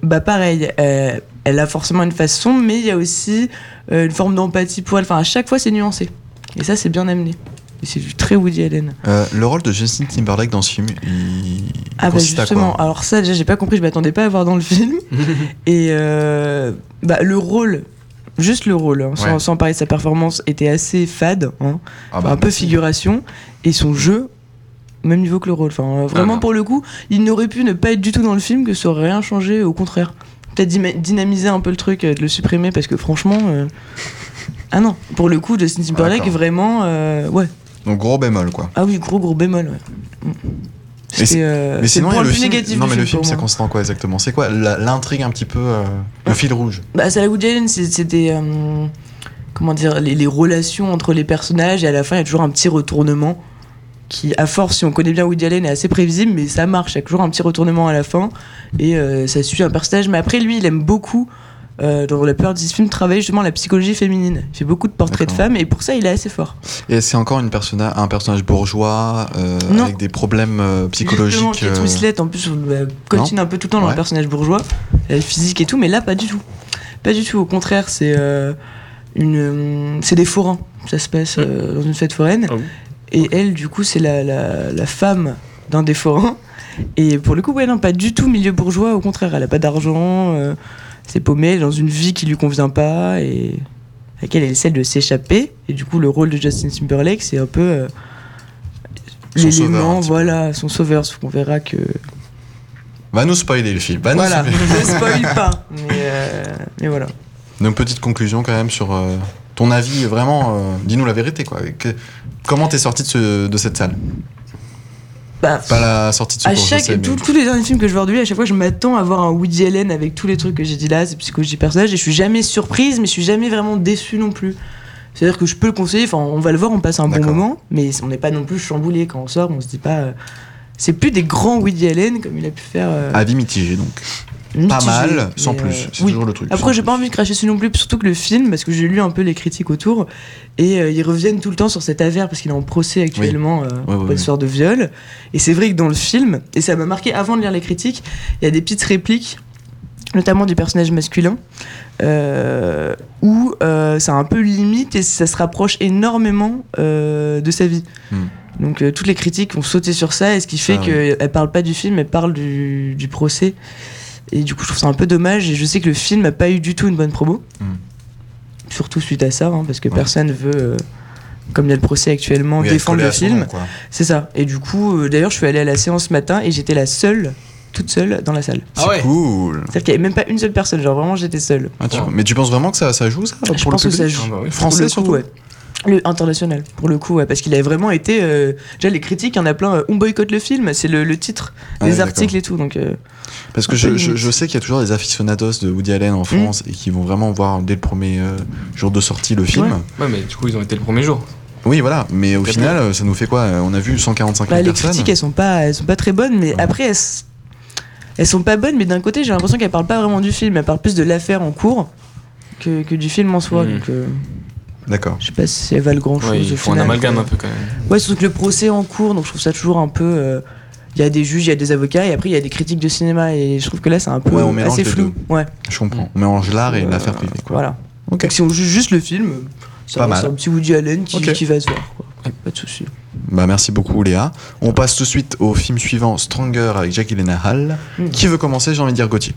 bah pareil, euh, elle a forcément une façon, mais il y a aussi euh, une forme d'empathie pour elle. Enfin, à chaque fois, c'est nuancé. Et ça, c'est bien amené. Et c'est du très Woody Allen.
Euh, le rôle de Justin Timberlake dans ce film, il
Ah bah
consiste à quoi
justement, alors ça déjà j'ai pas compris, je m'attendais pas à voir dans
*laughs*
le *laughs* film. Et euh, bah, le rôle, juste le rôle, hein, sans,
Ouais.
sans parler de sa performance, était assez fade, hein,
Ah bah,
un peu
merci.
figuration, et son jeu, même niveau que le rôle. Enfin, euh, vraiment
non.
pour le coup, il n'aurait pu ne pas être du tout dans le film, que ça aurait rien changé, au contraire. Peut-être dyma- dynamiser un peu le truc, euh, de le supprimer, parce que franchement...
*laughs*
euh, Ah non, pour le coup, Justin Timberlake,
d'accord.
vraiment, euh, ouais.
Donc gros bémol quoi.
Ah oui, gros gros bémol. Ouais. Mm.
Mais
C'était, euh,
Mais
c'est
sinon,
le
il y
point
a le
le plus
film.
négatif
non, mais
du film
le film,
pour
ça
moi.
constant quoi exactement C'est quoi la- l'intrigue un petit peu euh, le fil rouge
Bah, c'est la Woody Allen, c'est- c'était. euh, comment dire les, les relations entre les personnages, et à la fin, il y a toujours un petit retournement qui, à force, si on connaît bien Woody Allen, est assez prévisible, mais ça marche. Il y a toujours un petit retournement à la fin, et euh, ça suit un personnage. Mais après, lui, il aime beaucoup. euh, dans la peur de ce film, travailler justement la psychologie féminine. Il fait beaucoup de portraits de
D'accord.
femmes et pour ça, il est assez fort.
Et c'est encore une personna- un personnage bourgeois euh,
Non.
avec des problèmes euh,
Justement,
psychologiques.
Kate
euh,
Winslet, en plus, on euh, coltine un peu tout le temps dans
Ouais.
le personnage bourgeois, euh, physique et tout, mais là, pas du tout. Pas du tout, au contraire, c'est euh, une, euh, c'est des forains. Ça se passe euh, dans une fête foraine.
Ah oui.
Et elle, du coup, c'est la, la, la femme d'un des forains. Et pour le coup, ouais, non, pas du tout milieu bourgeois, au contraire, elle a pas d'argent, euh, c'est paumée, elle est dans une vie qui lui convient pas et à laquelle elle essaie de s'échapper. Et du coup, le rôle de Justin Timberlake, c'est un peu. euh,
Son sauveur, un
L'élément,
petit peu.
voilà, son sauveur, sauf qu'on verra que.
Va nous spoiler le film. va nous
voilà,
spoiler.
ne spoil
*laughs*
pas. Mais, euh, mais voilà.
Donc petite conclusion quand même sur euh, ton avis, vraiment, euh, dis-nous la vérité quoi. Que- comment t'es sorti de, ce- de cette salle
Bah,
Pas la sortie de ce
à
cours, je
chaque,
sais, mais-
tous- tous les derniers films que je vois aujourd'hui, à chaque fois, je m'attends à voir un Woody Allen avec tous les trucs que j'ai dit là, c'est psychologie personnage, et je suis jamais surprise, mais je suis jamais vraiment déçue non plus. C'est-à-dire que je peux le conseiller, enfin, on va le voir, on passe un bon
D'accord.
moment, mais on n'est pas non plus chamboulé quand on sort, on se dit pas. euh, c'est plus des grands Woody Allen comme il a pu faire. euh,
Avis mitigé donc. Ah, Pas
mitigé,
mal, sans
mais, euh,
plus. C'est
oui.
toujours le truc.
Après,
sans
j'ai pas
plus.
envie de cracher dessus non plus, surtout que le film, parce que j'ai lu un peu les critiques autour, et euh, ils reviennent tout le temps sur cette affaire, parce qu'il est en procès actuellement, euh,
Ouais, ouais,
pour
ouais.
une histoire de viol. Et c'est vrai que dans le film, et ça m'a marqué avant de lire les critiques, il y a des petites répliques, notamment du personnage masculin, euh, où euh, c'est un peu limite et ça se rapproche énormément euh, de sa vie.
Hmm.
Donc euh, toutes les critiques ont sauté sur ça, et ce qui fait
Ah,
qu'elle parle pas du film, elle parle du, du procès. Et du coup, je trouve ça un peu dommage. Et je sais que le film n'a pas eu du tout une bonne promo.
Mm.
Surtout suite à ça, hein, parce que
Ouais.
personne veut, euh, comme il y a le procès actuellement,
Oui, elle est
défendre
collée
le
à son nom,
film. Ah
quoi.
C'est ça. Et du coup, euh, d'ailleurs, je suis allée à la séance ce matin et j'étais la seule, toute seule, dans la salle.
Ah ouais.
C'est cool.
C'est-à-dire qu'il n'y avait même pas une seule personne. Genre vraiment, j'étais seule.
Ah, tu-
Ouais.
Mais tu penses vraiment que ça, ça joue ça pour
je
le
pense que ça
public
joue.
Français
pour le
surtout.
coup, ouais. Le international, pour le coup, ouais, parce qu'il a vraiment été. euh, déjà, les critiques, il y en a plein. euh, on boycotte le film, c'est le, le titre
Ah ouais,
des
d'accord.
articles et tout. Donc, euh,
Parce que
Un
je,
peu
je,
limite.
je sais qu'il y a toujours des aficionados de Woody Allen
Mm.
en France et qui vont vraiment voir dès le premier euh, jour de sortie le film.
Ouais.
Ouais, mais du coup, ils ont été le premier jour.
Oui, voilà. Mais au
Très
final, euh, ça nous fait quoi On a vu 145 000
Bah, les
personnes.
critiques, elles sont pas, elles sont pas très bonnes, mais
Ouais.
après, elles, s- elles sont pas bonnes, mais d'un côté, j'ai l'impression qu'elles parlent pas vraiment du film, elles parlent plus de l'affaire en cours que, que du film en soi.
Mm.
Donc, euh,
D'accord.
je sais pas si elles valent grand chose.
Ouais,
au
ils font un
final,
amalgame
quoi.
un peu quand même.
Ouais, surtout que le procès en cours, donc je trouve ça toujours un peu. euh, Il y a des juges, il y a des avocats, et après, il y a des critiques de cinéma, et je trouve que là, c'est un peu
Ouais, on
euh,
mélange
assez
les
flou. Ouais,
Je comprends. On mélange l'art et
Euh,
l'affaire privée. Quoi.
voilà.
Ok.
Donc, si on juge juste le film, ça
Pas
reste
mal.
un petit Woody Allen qui,
Ok.
qui va se voir. quoi. Pas de soucis.
Bah, merci beaucoup, Léa. On passe tout de suite au film suivant, Stronger, avec Jackie Hall.
Mm.
Qui veut commencer J'ai envie de dire Gauthier.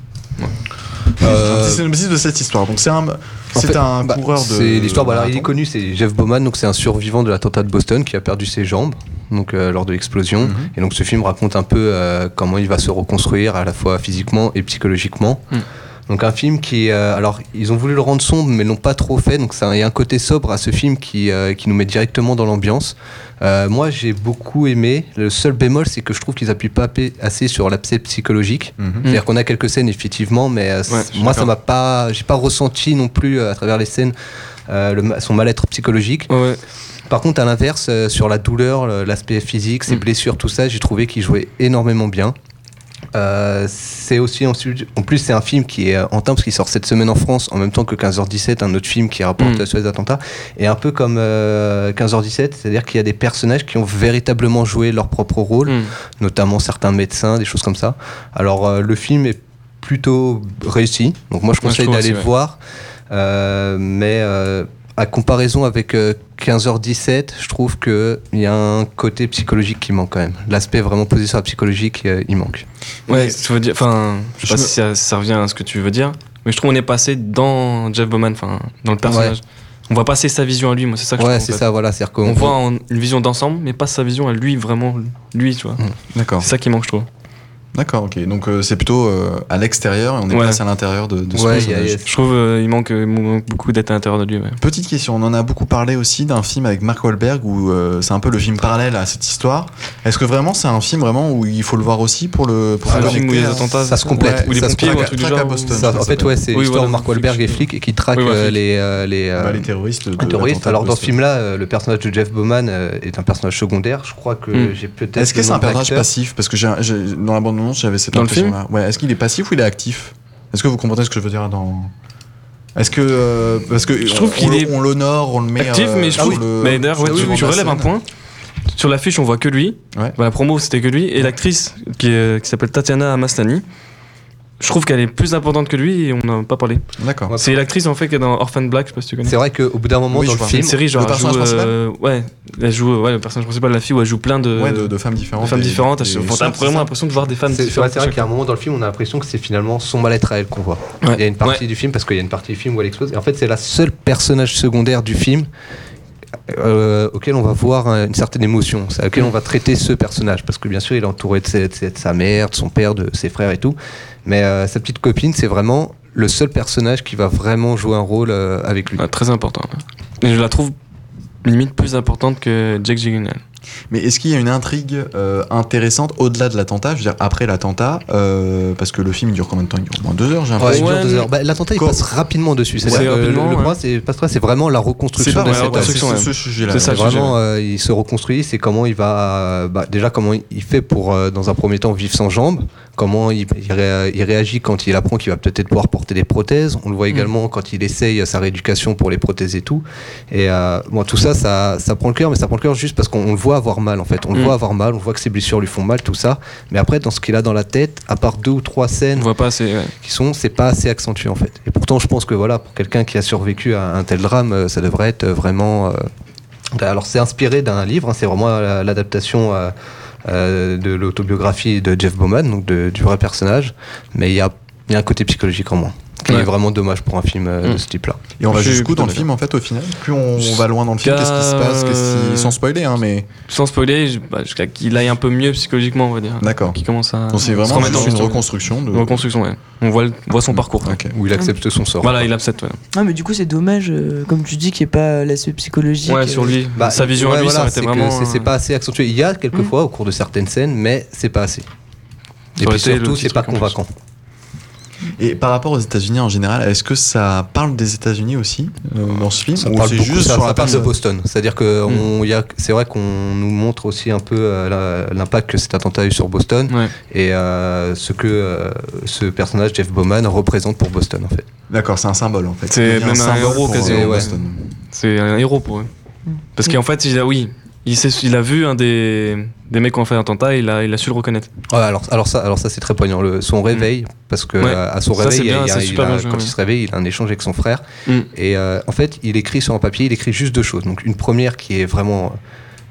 Euh,
C'est le synopsis de cette histoire. Donc, c'est un, c'est
fait,
un
bah,
coureur de.
C'est l'histoire, bah, alors, il est
marathon.
connu, c'est Jeff Bowman, donc c'est un survivant de l'attentat de Boston qui a perdu ses jambes donc, euh, lors de l'explosion.
Mhm.
Et donc ce film raconte un peu euh, comment il va se reconstruire à la fois physiquement et psychologiquement.
Mm.
Mhm.
Donc un film qui, euh, alors ils ont voulu le rendre sombre mais l'ont pas trop fait, donc ça- il y a un côté sobre à ce film qui, euh, qui nous met directement dans l'ambiance. Euh, moi j'ai beaucoup aimé, le seul bémol c'est que je trouve qu'ils appuient pas p- assez sur l'aspect psychologique.
Mhm.
C'est-à-dire qu'on a quelques scènes effectivement, mais euh, c-
Mm. Ouais, je suis
moi ça
d'accord.
m'a pas, j'ai pas ressenti non plus euh, à travers les scènes euh, le ma- son mal-être psychologique.
Ouais,
Par contre, à l'inverse, euh, sur la douleur, le- l'aspect physique, ses
Mm.
blessures, tout ça, j'ai trouvé qu'il jouait énormément bien. Euh, c'est aussi ensuite- en plus c'est un film qui est euh, en temps parce qu'il sort cette semaine en France en même temps que 15h17 un autre film qui rapporte
Mm.
euh, sur les attentats et un peu comme euh, 15h17 c'est-à-dire qu'il y a des personnages qui ont véritablement joué leur propre rôle
Hmm.
notamment certains médecins, des choses comme ça. Alors euh, le film est plutôt réussi, donc moi je
Ouais, je
conseille
trouve
d'aller
aussi,
le
ouais.
voir. Euh, mais euh, à comparaison avec euh, 15h17, je trouve qu'il y a un côté psychologique qui manque quand même. L'aspect vraiment posé sur la psychologique, euh, il manque.
Ouais, tu veux dire. Enfin, je sais
Je
pas
me-
si ça, ça revient à ce que tu veux dire, mais je trouve qu'on est passé dans Jeff Bowman, enfin, dans le personnage. On voit passer sa vision à lui, moi, c'est ça que
ouais,
je trouve.
c'est
en fait.
ça, voilà. C'est-à-dire qu'on
On voit en- une vision d'ensemble, mais pas sa vision à lui, vraiment, lui, tu vois.
D'accord.
C'est ça qui manque, je trouve.
D'accord, ok. Donc euh, c'est plutôt euh, à l'extérieur et on est
Ouais.
passé à l'intérieur de, de ce
Ouais, il y a-
personnage.
il y a-
Je trouve euh, il manque, il manque beaucoup d'être à l'intérieur de lui, ouais.
Petite question, on en a beaucoup parlé aussi d'un film avec Mark Wahlberg où euh, c'est un peu le film parallèle à cette histoire. Est-ce que vraiment c'est un film vraiment où il faut le voir aussi pour le pour
Ah,
le
le film où il y a des attentats,
ça se complète.
Ou des
ça se
pompiers ou un
complète.
truc du
Traque à
genre. ou-
Boston.
Ça- en fait, ouais, c'est
Oui,
l'histoire
voilà,
de Mark
flic.
Wahlberg et flic et qui traque
Oui, voilà,
euh,
flic.
les, euh, les, euh,
Bah, les terroristes de
un terroriste.
l'attentat
Alors
de
dans ce
Boston.
film-là, euh, le personnage de Jeff Bowman euh, est un personnage secondaire. Je crois que
Hmm.
j'ai peut-être.
Est-ce que
le
c'est un
nom de
personnage
l'acteur.
passif Parce que j'ai- j'ai- dans la bande-annonce, j'avais cette
Dans le
impression-là. Ouais, est-ce qu'il est passif ou il est actif Est-ce que vous comprenez ce que je veux dire dans. Est-ce que. euh, parce que.
Je
on-
trouve
on
qu'il
le-
est
On l'honore, on le met.
Actif,
euh,
mais je
on
trouve.
le- Ah
mais d'ailleurs, ouais,
on le
tu,
met
tu
en
relèves un
scène.
point. Sur l'affiche, on voit que lui.
Ouais.
Bah, la promo, c'était que lui. Et l'actrice, qui, est- qui s'appelle Tatiana Maslany, je trouve qu'elle est plus importante que lui et on n'en a pas parlé.
D'accord.
Ouais.
C'est l'actrice, en fait, qui est dans Orphan Black, je sais pas si tu connais.
C'est vrai qu'au bout d'un moment
Oui,
dans
je
le
vois.
C'est
film,
une série, genre,
Le
elle joue.
personnage
euh, ouais, elle joue. Ouais, le personnage principal, la fille, où elle joue plein de.
Ouais, de, de femmes différentes.
euh, de femmes
et-
différentes,
et-
Elles-
et-
on a vraiment l'impression de voir des femmes
C'est c'est vrai
différentes.
c'est vrai qu'il y a un moment dans le film, on a l'impression que c'est finalement son mal-être à elle qu'on voit.
Ouais.
Il y a une partie
Ouais.
du film, parce qu'il y a une partie du film où elle explose. Et en fait, c'est la seule personnage secondaire du film euh, auquel on va voir euh, une certaine émotion, c'est à laquelle on va traiter ce personnage. Parce que bien sûr, il est entouré de, ses- de ses- de sa mère, de son père, de ses frères et tout. Mais euh, sa petite copine, c'est vraiment le seul personnage qui va vraiment jouer un rôle euh, avec lui.
Ouais, très important. ouais. Et je la trouve limite plus importante que Jack Gyllenhaal.
Mais est-ce qu'il y a une intrigue euh, intéressante au-delà de l'attentat Je veux dire, après l'attentat, euh, parce que le film dure combien de temps Il dure au moins deux heures, j'ai
Ouais,
l'impression.
il dure
ouais,
deux
mais-
heures. Bah, L'attentat, il
Quoi
passe rapidement dessus. C'est
C'est
le, le
rapidement,
point,
ouais.
c'est- passe pas, c'est vraiment la reconstruction
C'est pas
de
vrai,
cette
ouais,
c'est
ouais.
ce sujet-là.
C'est ça,
ouais.
le sujet.
vraiment, euh, il se reconstruit, c'est comment il va, euh, bah, déjà comment il fait pour, euh, dans un premier temps, vivre sans jambes, comment il, il ré- il réagit quand il apprend qu'il va peut-être pouvoir porter des prothèses. On le
Mm.
voit également quand il essaye euh, sa rééducation pour les prothèses et tout. Et euh, bon, tout ça, ça, ça prend le cœur, mais ça prend le cœur juste parce qu'on on le voit avoir mal en fait. On le
Mm.
voit avoir mal, on voit que ses blessures lui font mal, tout ça. Mais après, dans ce qu'il a dans la tête, à part deux ou trois
On
scènes
voit pas assez. ouais.
qui sont, c'est pas assez accentué en fait. Et pourtant, je pense que voilà, pour quelqu'un qui a survécu à un tel drame, euh, ça devrait être euh, vraiment. euh, Alors, c'est inspiré d'un livre, hein, c'est vraiment euh, l'adaptation euh, euh, de l'autobiographie de Jeff Bowman, donc de- du vrai personnage, mais il y a, il y a un côté psychologique en moins, qui
Ouais.
est vraiment dommage pour un film euh,
Mm.
de ce type-là.
Et on va
Je suis
jusqu'où dans le
plutôt
film en fait au final Plus on va loin dans le film,
Jusqu'à-
qu'est-ce qui se passe qu'est-ce qui- Sans spoiler, hein, mais
Sans spoiler, je- bah, jusqu'à qu'il aille un peu mieux psychologiquement, on va dire.
d'accord.
Qui commence à.
Donc c'est
se
vraiment
remettre en
juste une
question.
reconstruction de.
Une reconstruction, ouais. On voit, le- voit son parcours.
Ok.
Où il accepte son sort.
Voilà, il accepte. Ouais,
Non, mais du coup, c'est dommage, euh, comme tu dis, qu'il n'y ait pas l'aspect psychologique.
Ouais,
euh,
sur lui.
Bah,
Sa vision
ouais,
à lui,
voilà,
ça aurait été
c'est que
vraiment.
c'est- C'est
euh,
pas assez accentué. Il y a quelques
Mm.
fois au cours de certaines scènes, mais c'est pas assez. Et
aurait
puis
été le
surtout,
petit
c'est pas
truc en plus.
convaincant.
Et par rapport aux États-Unis en général, est-ce que ça parle des États-Unis aussi euh, dans ce film
Ça
Ou
parle
c'est
beaucoup,
juste
ça-
sur
ça
la
parle de
personne
Boston. C'est-à-dire
Hmm.
que on- y a- c'est vrai qu'on nous montre aussi un peu euh, la- l'impact que cet attentat a eu sur Boston
Ouais.
et euh, ce que euh, ce personnage Jeff Bowman représente pour Boston en fait.
D'accord, c'est un symbole en fait.
C'est
Il y a
même un
symbole
héros
pour,
quasiment,
euh,
ouais.
Boston.
C'est un héros pour eux.
Mm.
Parce qu'en fait, il a, oui, il, sait- il a vu un des, des mecs qui ont fait un attentat, il a, il a su le reconnaître.
Ouais, alors, alors ça, alors ça c'est très poignant. Le, son réveil, parce que
Hmm. Ouais.
euh, à son
Ça,
réveil,
c'est
il y a-
bien,
il y a-
c'est
il
super
a-
bien joué,
quand
ouais.
il se réveille, il a un échange avec son frère.
Mm.
Et euh, en fait, il écrit sur un papier, il écrit juste deux choses. Donc une première qui est vraiment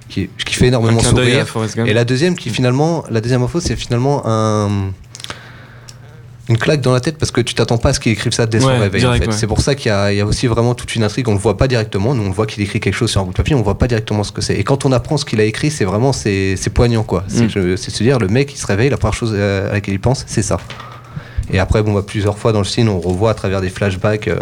qui, est- qui fait
Un
énormément
clin d'œil à
sourire.
Forrest Gump.
Et la deuxième qui finalement, la deuxième info, c'est finalement un une claque dans la tête parce que tu t'attends pas à ce qu'il écrive ça dès son
Ouais,
réveil.
direct,
en fait.
ouais.
C'est pour ça qu'il y, a- il y a aussi vraiment toute une intrigue. On le voit pas directement. Nous, on voit qu'il écrit quelque chose sur un bout de papier. On voit pas directement ce que c'est. Et quand on apprend ce qu'il a écrit, c'est vraiment c'est c'est poignant quoi. C'est
Mm.
je- c'est se dire le mec, il se réveille, la première chose euh, à laquelle il pense, c'est ça. Et après, bon, bah, plusieurs fois dans le film, on revoit à travers des flashbacks. euh,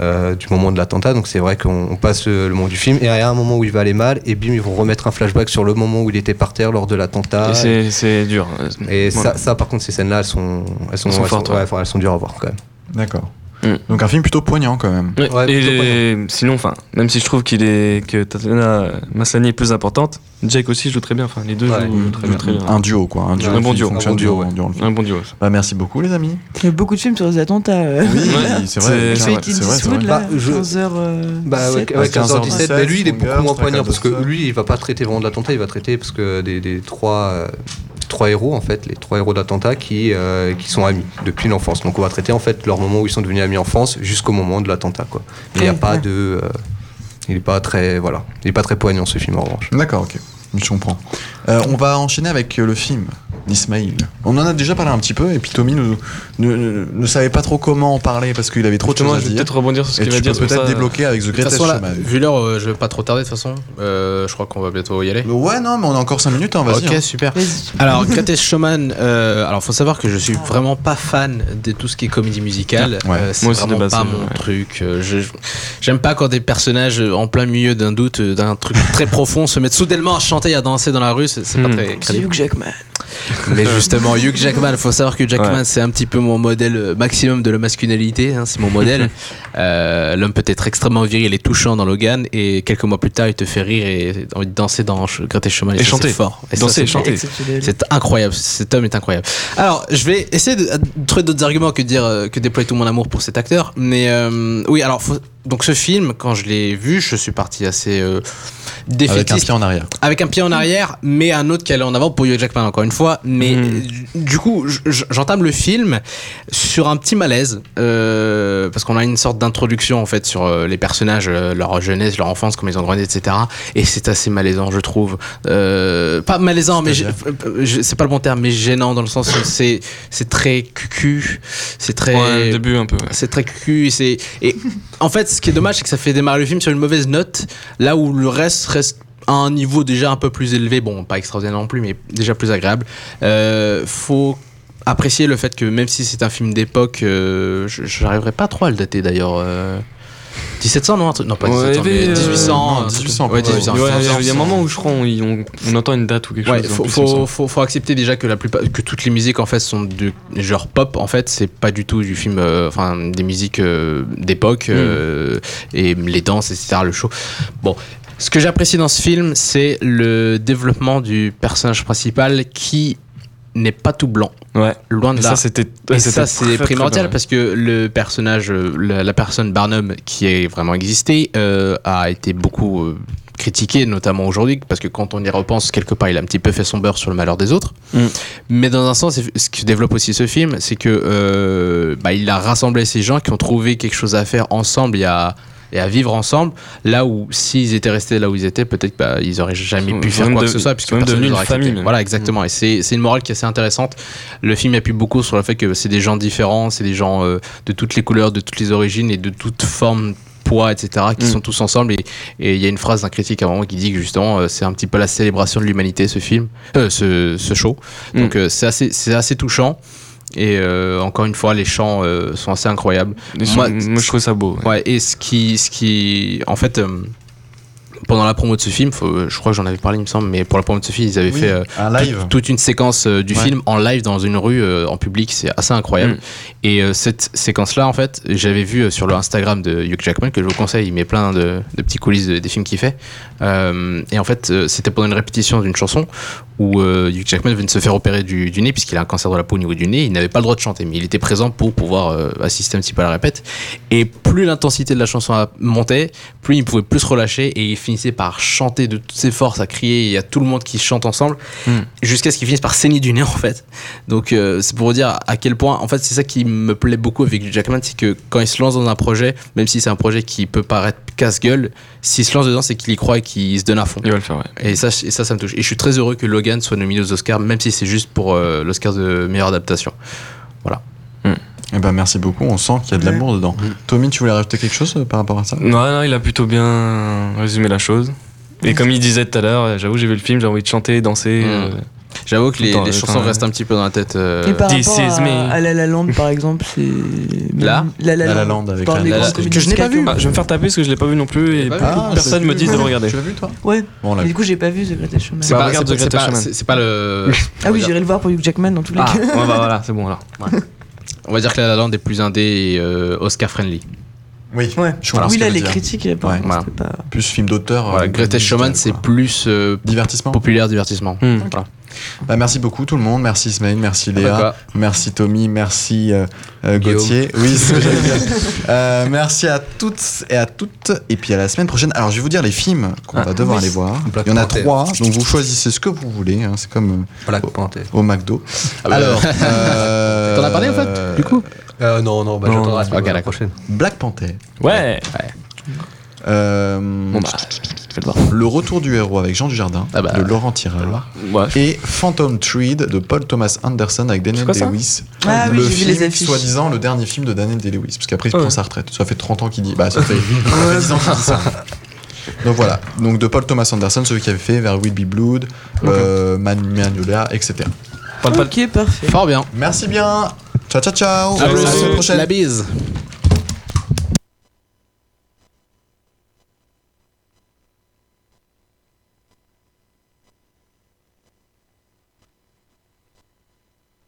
euh, du moment de l'attentat, donc c'est vrai qu'on on passe euh, le, moment du film, et à un moment où il va aller mal, et bim, ils vont remettre un flashback sur le moment où il était par terre lors de l'attentat.
Et c'est- c'est dur.
Ah Et
Ouais.
ça, ça, par contre, ces scènes-là, elles sont, elles sont,
Elles sont
elles
fortes,
sont-
hein. ouais.
ouais, enfin, elles sont dures à voir quand même.
D'accord.
Mm.
Donc un film plutôt poignant quand même.
Ouais,
Ouais,
et
plutôt
les- sinon, enfin, même si je trouve qu'il est que Tatiana Maslany est plus importante, Jake aussi joue très bien. Enfin, les deux
Ouais,
jouent très bien. Très bien.
Un duo quoi, un duo.
Un bon
qui
duo.
fonctionne
Un bon duo,
durant-
ouais.
durant le film.
Un bon duo. ça.
Bah, merci beaucoup les amis.
Il y a beaucoup de films sur les attentats. euh.
Oui,
Ouais.
c'est vrai. putain, ouais,
C'est- Clint
C'est vrai. c'est
Eastwood,
vrai.
là,
Bah,
euh,
je-
15h.
Bah, ouais, ouais, 15h17,
15h17,
mais lui, il
Stronger,
est beaucoup moins
Strike
poignant
Out
parce
of Star.
que lui, il va pas traiter vraiment de l'attentat, il va traiter parce que des, des trois, euh, trois héros, en fait, les trois héros d'attentat qui, euh, qui sont amis depuis l'enfance. Donc on va traiter en fait leur moment où ils sont devenus amis enfance jusqu'au moment de l'attentat. quoi. Mais il n'y a
Ouais,
pas
ouais.
de. euh, il n'est pas très. Voilà. Il est pas très poignant ce film en revanche.
D'accord, ok. Je comprends. Euh, on va enchaîner avec euh, le film d'Ismaïl. On en a déjà parlé un petit peu et puis Tommy ne, ne- ne- ne savait pas trop comment en parler parce qu'il avait trop de
Justement,
choses à
je vais
dire.
peut-être rebondir sur ce
Et
qu'il va
tu peux
dire. c'est pour
peut-être
ça-
débloquer avec The
De toute
Greatest
façon, là,
Showman.
vu l'heure, euh, je vais pas trop tarder de toute façon. Euh, je crois qu'on va bientôt y aller.
Ouais, non, mais on a encore 5 minutes, hein, vas-y.
Ok,
hein.
super.
Vas-y.
Alors, Greatest Showman, euh, alors faut savoir que je suis vraiment pas fan de tout ce qui est comédie musicale.
Ouais.
Euh, c'est
Moi aussi, de
vraiment
base,
pas
euh,
mon
ouais.
truc. Euh, je- je- J'aime pas quand des personnages euh, en plein milieu d'un doute, euh, d'un truc très profond, se mettent soudainement à chanter et à danser dans la rue. C'est c'est pas
Hmm.
très
C'est
crédible.
Hugh Jackman.
Mais justement, Hugh Jackman, faut savoir que Jackman,
Ouais.
c'est un petit peu mon modèle euh, maximum de la masculinité. hein, c'est mon
*laughs*
modèle. Euh, L'homme peut être extrêmement viril et touchant dans Logan, et quelques mois plus tard, il te fait rire et t'as envie de danser dans Ch- Greatest Showman.
Et
ça, c'est
chanter.
fort. Et ça,
Danser et
c'est-
chanter.
Exceptionnel.
c'est incroyable, cet homme est incroyable. Alors, je vais essayer de, de trouver d'autres arguments que de dire euh, que déployer tout mon amour pour cet acteur. Mais euh, oui, alors, faut- donc ce film, quand je l'ai vu, je suis parti assez euh,
Avec un
défaitiste,
pied en arrière.
avec un pied en arrière, mais un autre qui allait en avant pour Hugh Jackman encore une fois. Mais
Mhm.
euh, du- du coup, j- j- j'entame le film sur un petit malaise euh, parce qu'on a une sorte d'introduction en fait sur euh, les personnages, euh, leur jeunesse, leur enfance, comment ils ont grandi, etc. Et c'est assez malaisant, je trouve. Euh, pas malaisant, mais j'ai- euh, je- c'est pas le bon terme, mais gênant dans le sens où c'est c'est très cucu, c'est très
euh, Ouais, le début un peu. ouais.
c'est très cucu. et c'est- Et en fait, ce qui est dommage, c'est que ça fait démarrer le film sur une mauvaise note, là où le reste reste à un niveau déjà un peu plus élevé. Bon, pas extraordinaire non plus, mais déjà plus agréable. Euh, faut apprécier le fait que même si c'est un film d'époque, euh, je je n'arriverai pas trop à le dater d'ailleurs. euh, 1700, non un truc- Non, pas
Ouais,
1700,
il y avait,
mais
euh,
1800.
non,
un truc-
1800,
ouais, 1800.
Ouais, il y a- il y a un
1800.
moment où je crois on, on- on entend une date ou quelque
Ouais,
chose. en
faut,
plus, il me
faut,
semble.
faut, faut accepter déjà que la plupart, que toutes les musiques en fait sont du genre pop. En fait, c'est pas du tout du film, euh, enfin des musiques euh, d'époque
Hmm.
euh, et les danses, etc. Le show. Bon, ce que j'apprécie dans ce film, c'est le développement du personnage principal qui n'est pas tout blanc,
Ouais.
loin de
Et
là.
ça c'était.
Et
ouais, c'était très,
ça, c'est
très
primordial
bien, ouais.
parce que le personnage, euh, la, la personne Barnum qui est vraiment existé, euh, a été beaucoup euh, critiqué, notamment aujourd'hui, parce que quand on y repense, quelque part, il a un petit peu fait son beurre sur le malheur des autres.
Mm.
Mais dans un sens, c'est- ce qui développe aussi ce film, c'est que euh, bah, il a rassemblé ces gens qui ont trouvé quelque chose à faire ensemble et à, et à vivre ensemble. Là où, s'ils étaient restés là où ils étaient, peut-être bah, ils auraient jamais
Ils
pu
sont
faire
même
quoi que
de-
ce soit, puisque
sont même
personne ne
devenus
les
une Mm.
aurait
famille,
acceptés.
même.
Voilà, exactement. Et c'est c'est une morale qui est assez intéressante le film appuie beaucoup sur le fait que c'est des gens différents, c'est des gens euh, de toutes les couleurs, de toutes les origines et de toutes formes poids, etc., qui
Mm.
sont tous ensemble. Et et il y a une phrase d'un critique à un moment qui dit que justement, euh, c'est un petit peu la célébration de l'humanité, ce film, euh, ce, ce show. Donc euh, c'est assez, c'est assez touchant. Et euh, encore une fois, les chants euh, sont assez incroyables.
Et
Moi-
Moi, moi, je trouve ça beau. ouais.
Ouais, et ce qui, ce qui, en fait, euh, pendant la promo de ce film, faut- je crois que j'en avais parlé, il me semble, mais pour la promo de ce film, ils avaient
Oui,
fait euh,
un
tout-
live.
toute une séquence euh, du
Ouais.
film en live dans une rue euh, en public, c'est assez incroyable.
Mm.
Et euh, cette séquence-là, en fait, j'avais vu euh, sur le Instagram de Hugh Jackman que je vous conseille, il met plein de, de petits coulisses de- des films qu'il fait. Euh, et en fait, euh, c'était pendant une répétition d'une chanson où euh, Hugh Jackman venait de se faire opérer du, du nez puisqu'il a un cancer de la peau au niveau du nez. Il n'avait pas le droit de chanter, mais il était présent pour pouvoir euh, assister un petit peu à la répète. Et plus l'intensité de la chanson a- montait, plus il pouvait plus se relâcher et il finissait par chanter de toutes ses forces, à crier. Il y a tout le monde qui chante ensemble
Mm.
jusqu'à ce qu'il finisse par saigner du nez *laughs* en fait. Donc euh, c'est pour vous dire à quel point, en fait, c'est ça qui me plaît beaucoup avec Jackman, c'est que quand il se lance dans un projet, même si c'est un projet qui peut paraître casse-gueule, s'il se lance dedans, c'est qu'il y croit et qu'il se donne à fond.
Il va le faire, ouais.
Et ça, et ça, ça me touche. Et je suis très heureux que Logan soit nominé aux Oscars, même si c'est juste pour euh, l'Oscar de meilleure adaptation.
Eh ben, merci beaucoup, on sent qu'il y a de
Ouais.
l'amour dedans.
Mhm.
Tommy, tu voulais rajouter quelque chose euh, par rapport à ça
Non, non, il a plutôt bien résumé la chose. Et comme il disait tout à l'heure, euh, j'avoue, j'ai vu le film, j'ai envie de chanter, danser.
Mm.
euh,
J'avoue que les,
Attends,
les
attends,
chansons
ouais.
restent un petit peu dans la tête. euh,
Et par
This
rapport
is me.
à, à La La Land, par exemple, c'est.
Là
La La
La
Land.
La Land avec
Je parle
la-
des
la-
grosses
la-
comédies
que je n'ai pas
musicales
vu.
comme-
Ah, je vais me faire taper parce que je l'ai pas vu non plus et
J'ai pas
beaucoup
vu.
de personnes me disent de le regarder.
Tu l'as vu toi
Ouais,
Bon, on l'a vu.
mais du coup, j'ai pas vu The Greatest Showman.
C'est pas,
Regarde
Bah c'est
The
pas- c'est
Greatest
pas-
Showman.
c'est- c'est pas le.
Ah
on
oui,
va dire-
j'irai le voir pour Hugh Jackman dans tous
*laughs*
les
Ah.
cas.
Ouais, bah voilà, c'est bon alors.
On va dire que La La Land est plus indé et euh, Oscar friendly.
Oui.
Ouais.
Je comprends
oui,
ce
là,
qu'elle
les
veut dire.
critiques, là, pour
Ouais.
l'instant, c'était pas.
Plus film d'auteur.
Voilà,
euh,
Greatest
digital,
Showman, c'est
quoi.
plus euh,
Divertissement
populaire divertissement.
Hmm.
Voilà.
Bah, merci beaucoup tout le monde. Merci Ismail, merci
Pas
Léa,
quoi.
merci Tommy, merci euh, euh,
Guillaume.
Gauthier. Oui, c'est ce que j'allais dire. Euh, merci à toutes et à toutes. Et puis à la semaine prochaine. Alors je vais vous dire les films qu'on va devoir aller voir.
Black
Il y en a
Panther.
trois, donc vous choisissez ce que vous voulez. hein, C'est comme
Black Panther.
euh, au McDo.
Ah bah,
Alors, euh,
T'en as parlé en fait, du coup
Euh, non, non, bah,
Non,
j'attendrai la semaine
ok, d'accord.
prochaine.
Black Panther.
Ouais.
Euh,
Bon bah, je vais le voir.
Le retour du héros avec Jean Dujardin,
Ah bah.
de Laurent Tirel.
Ouais.
Et Phantom Thread de Paul Thomas Anderson avec Daniel
C'est quoi ça
Day-Lewis.
Ah oui,
le
j'ai vu
film,
les affiches.
soi-disant, le dernier film de Daniel Day-Lewis. Parce qu'après, il
Ah
prend
ouais.
sa retraite. Ça fait 30 ans qu'il dit. Bah, ça
*laughs*
fait, ça fait 10 ans qu'il dit ça. Donc voilà. Donc de Paul Thomas Anderson, celui qui avait fait vers Will Be Blood, euh, Man Maniola, etc.
Parle pas de
Ok, parfait.
Fort bien.
Merci bien. Ciao, ciao, ciao.
Salut.
À la semaine prochaine.
La bise.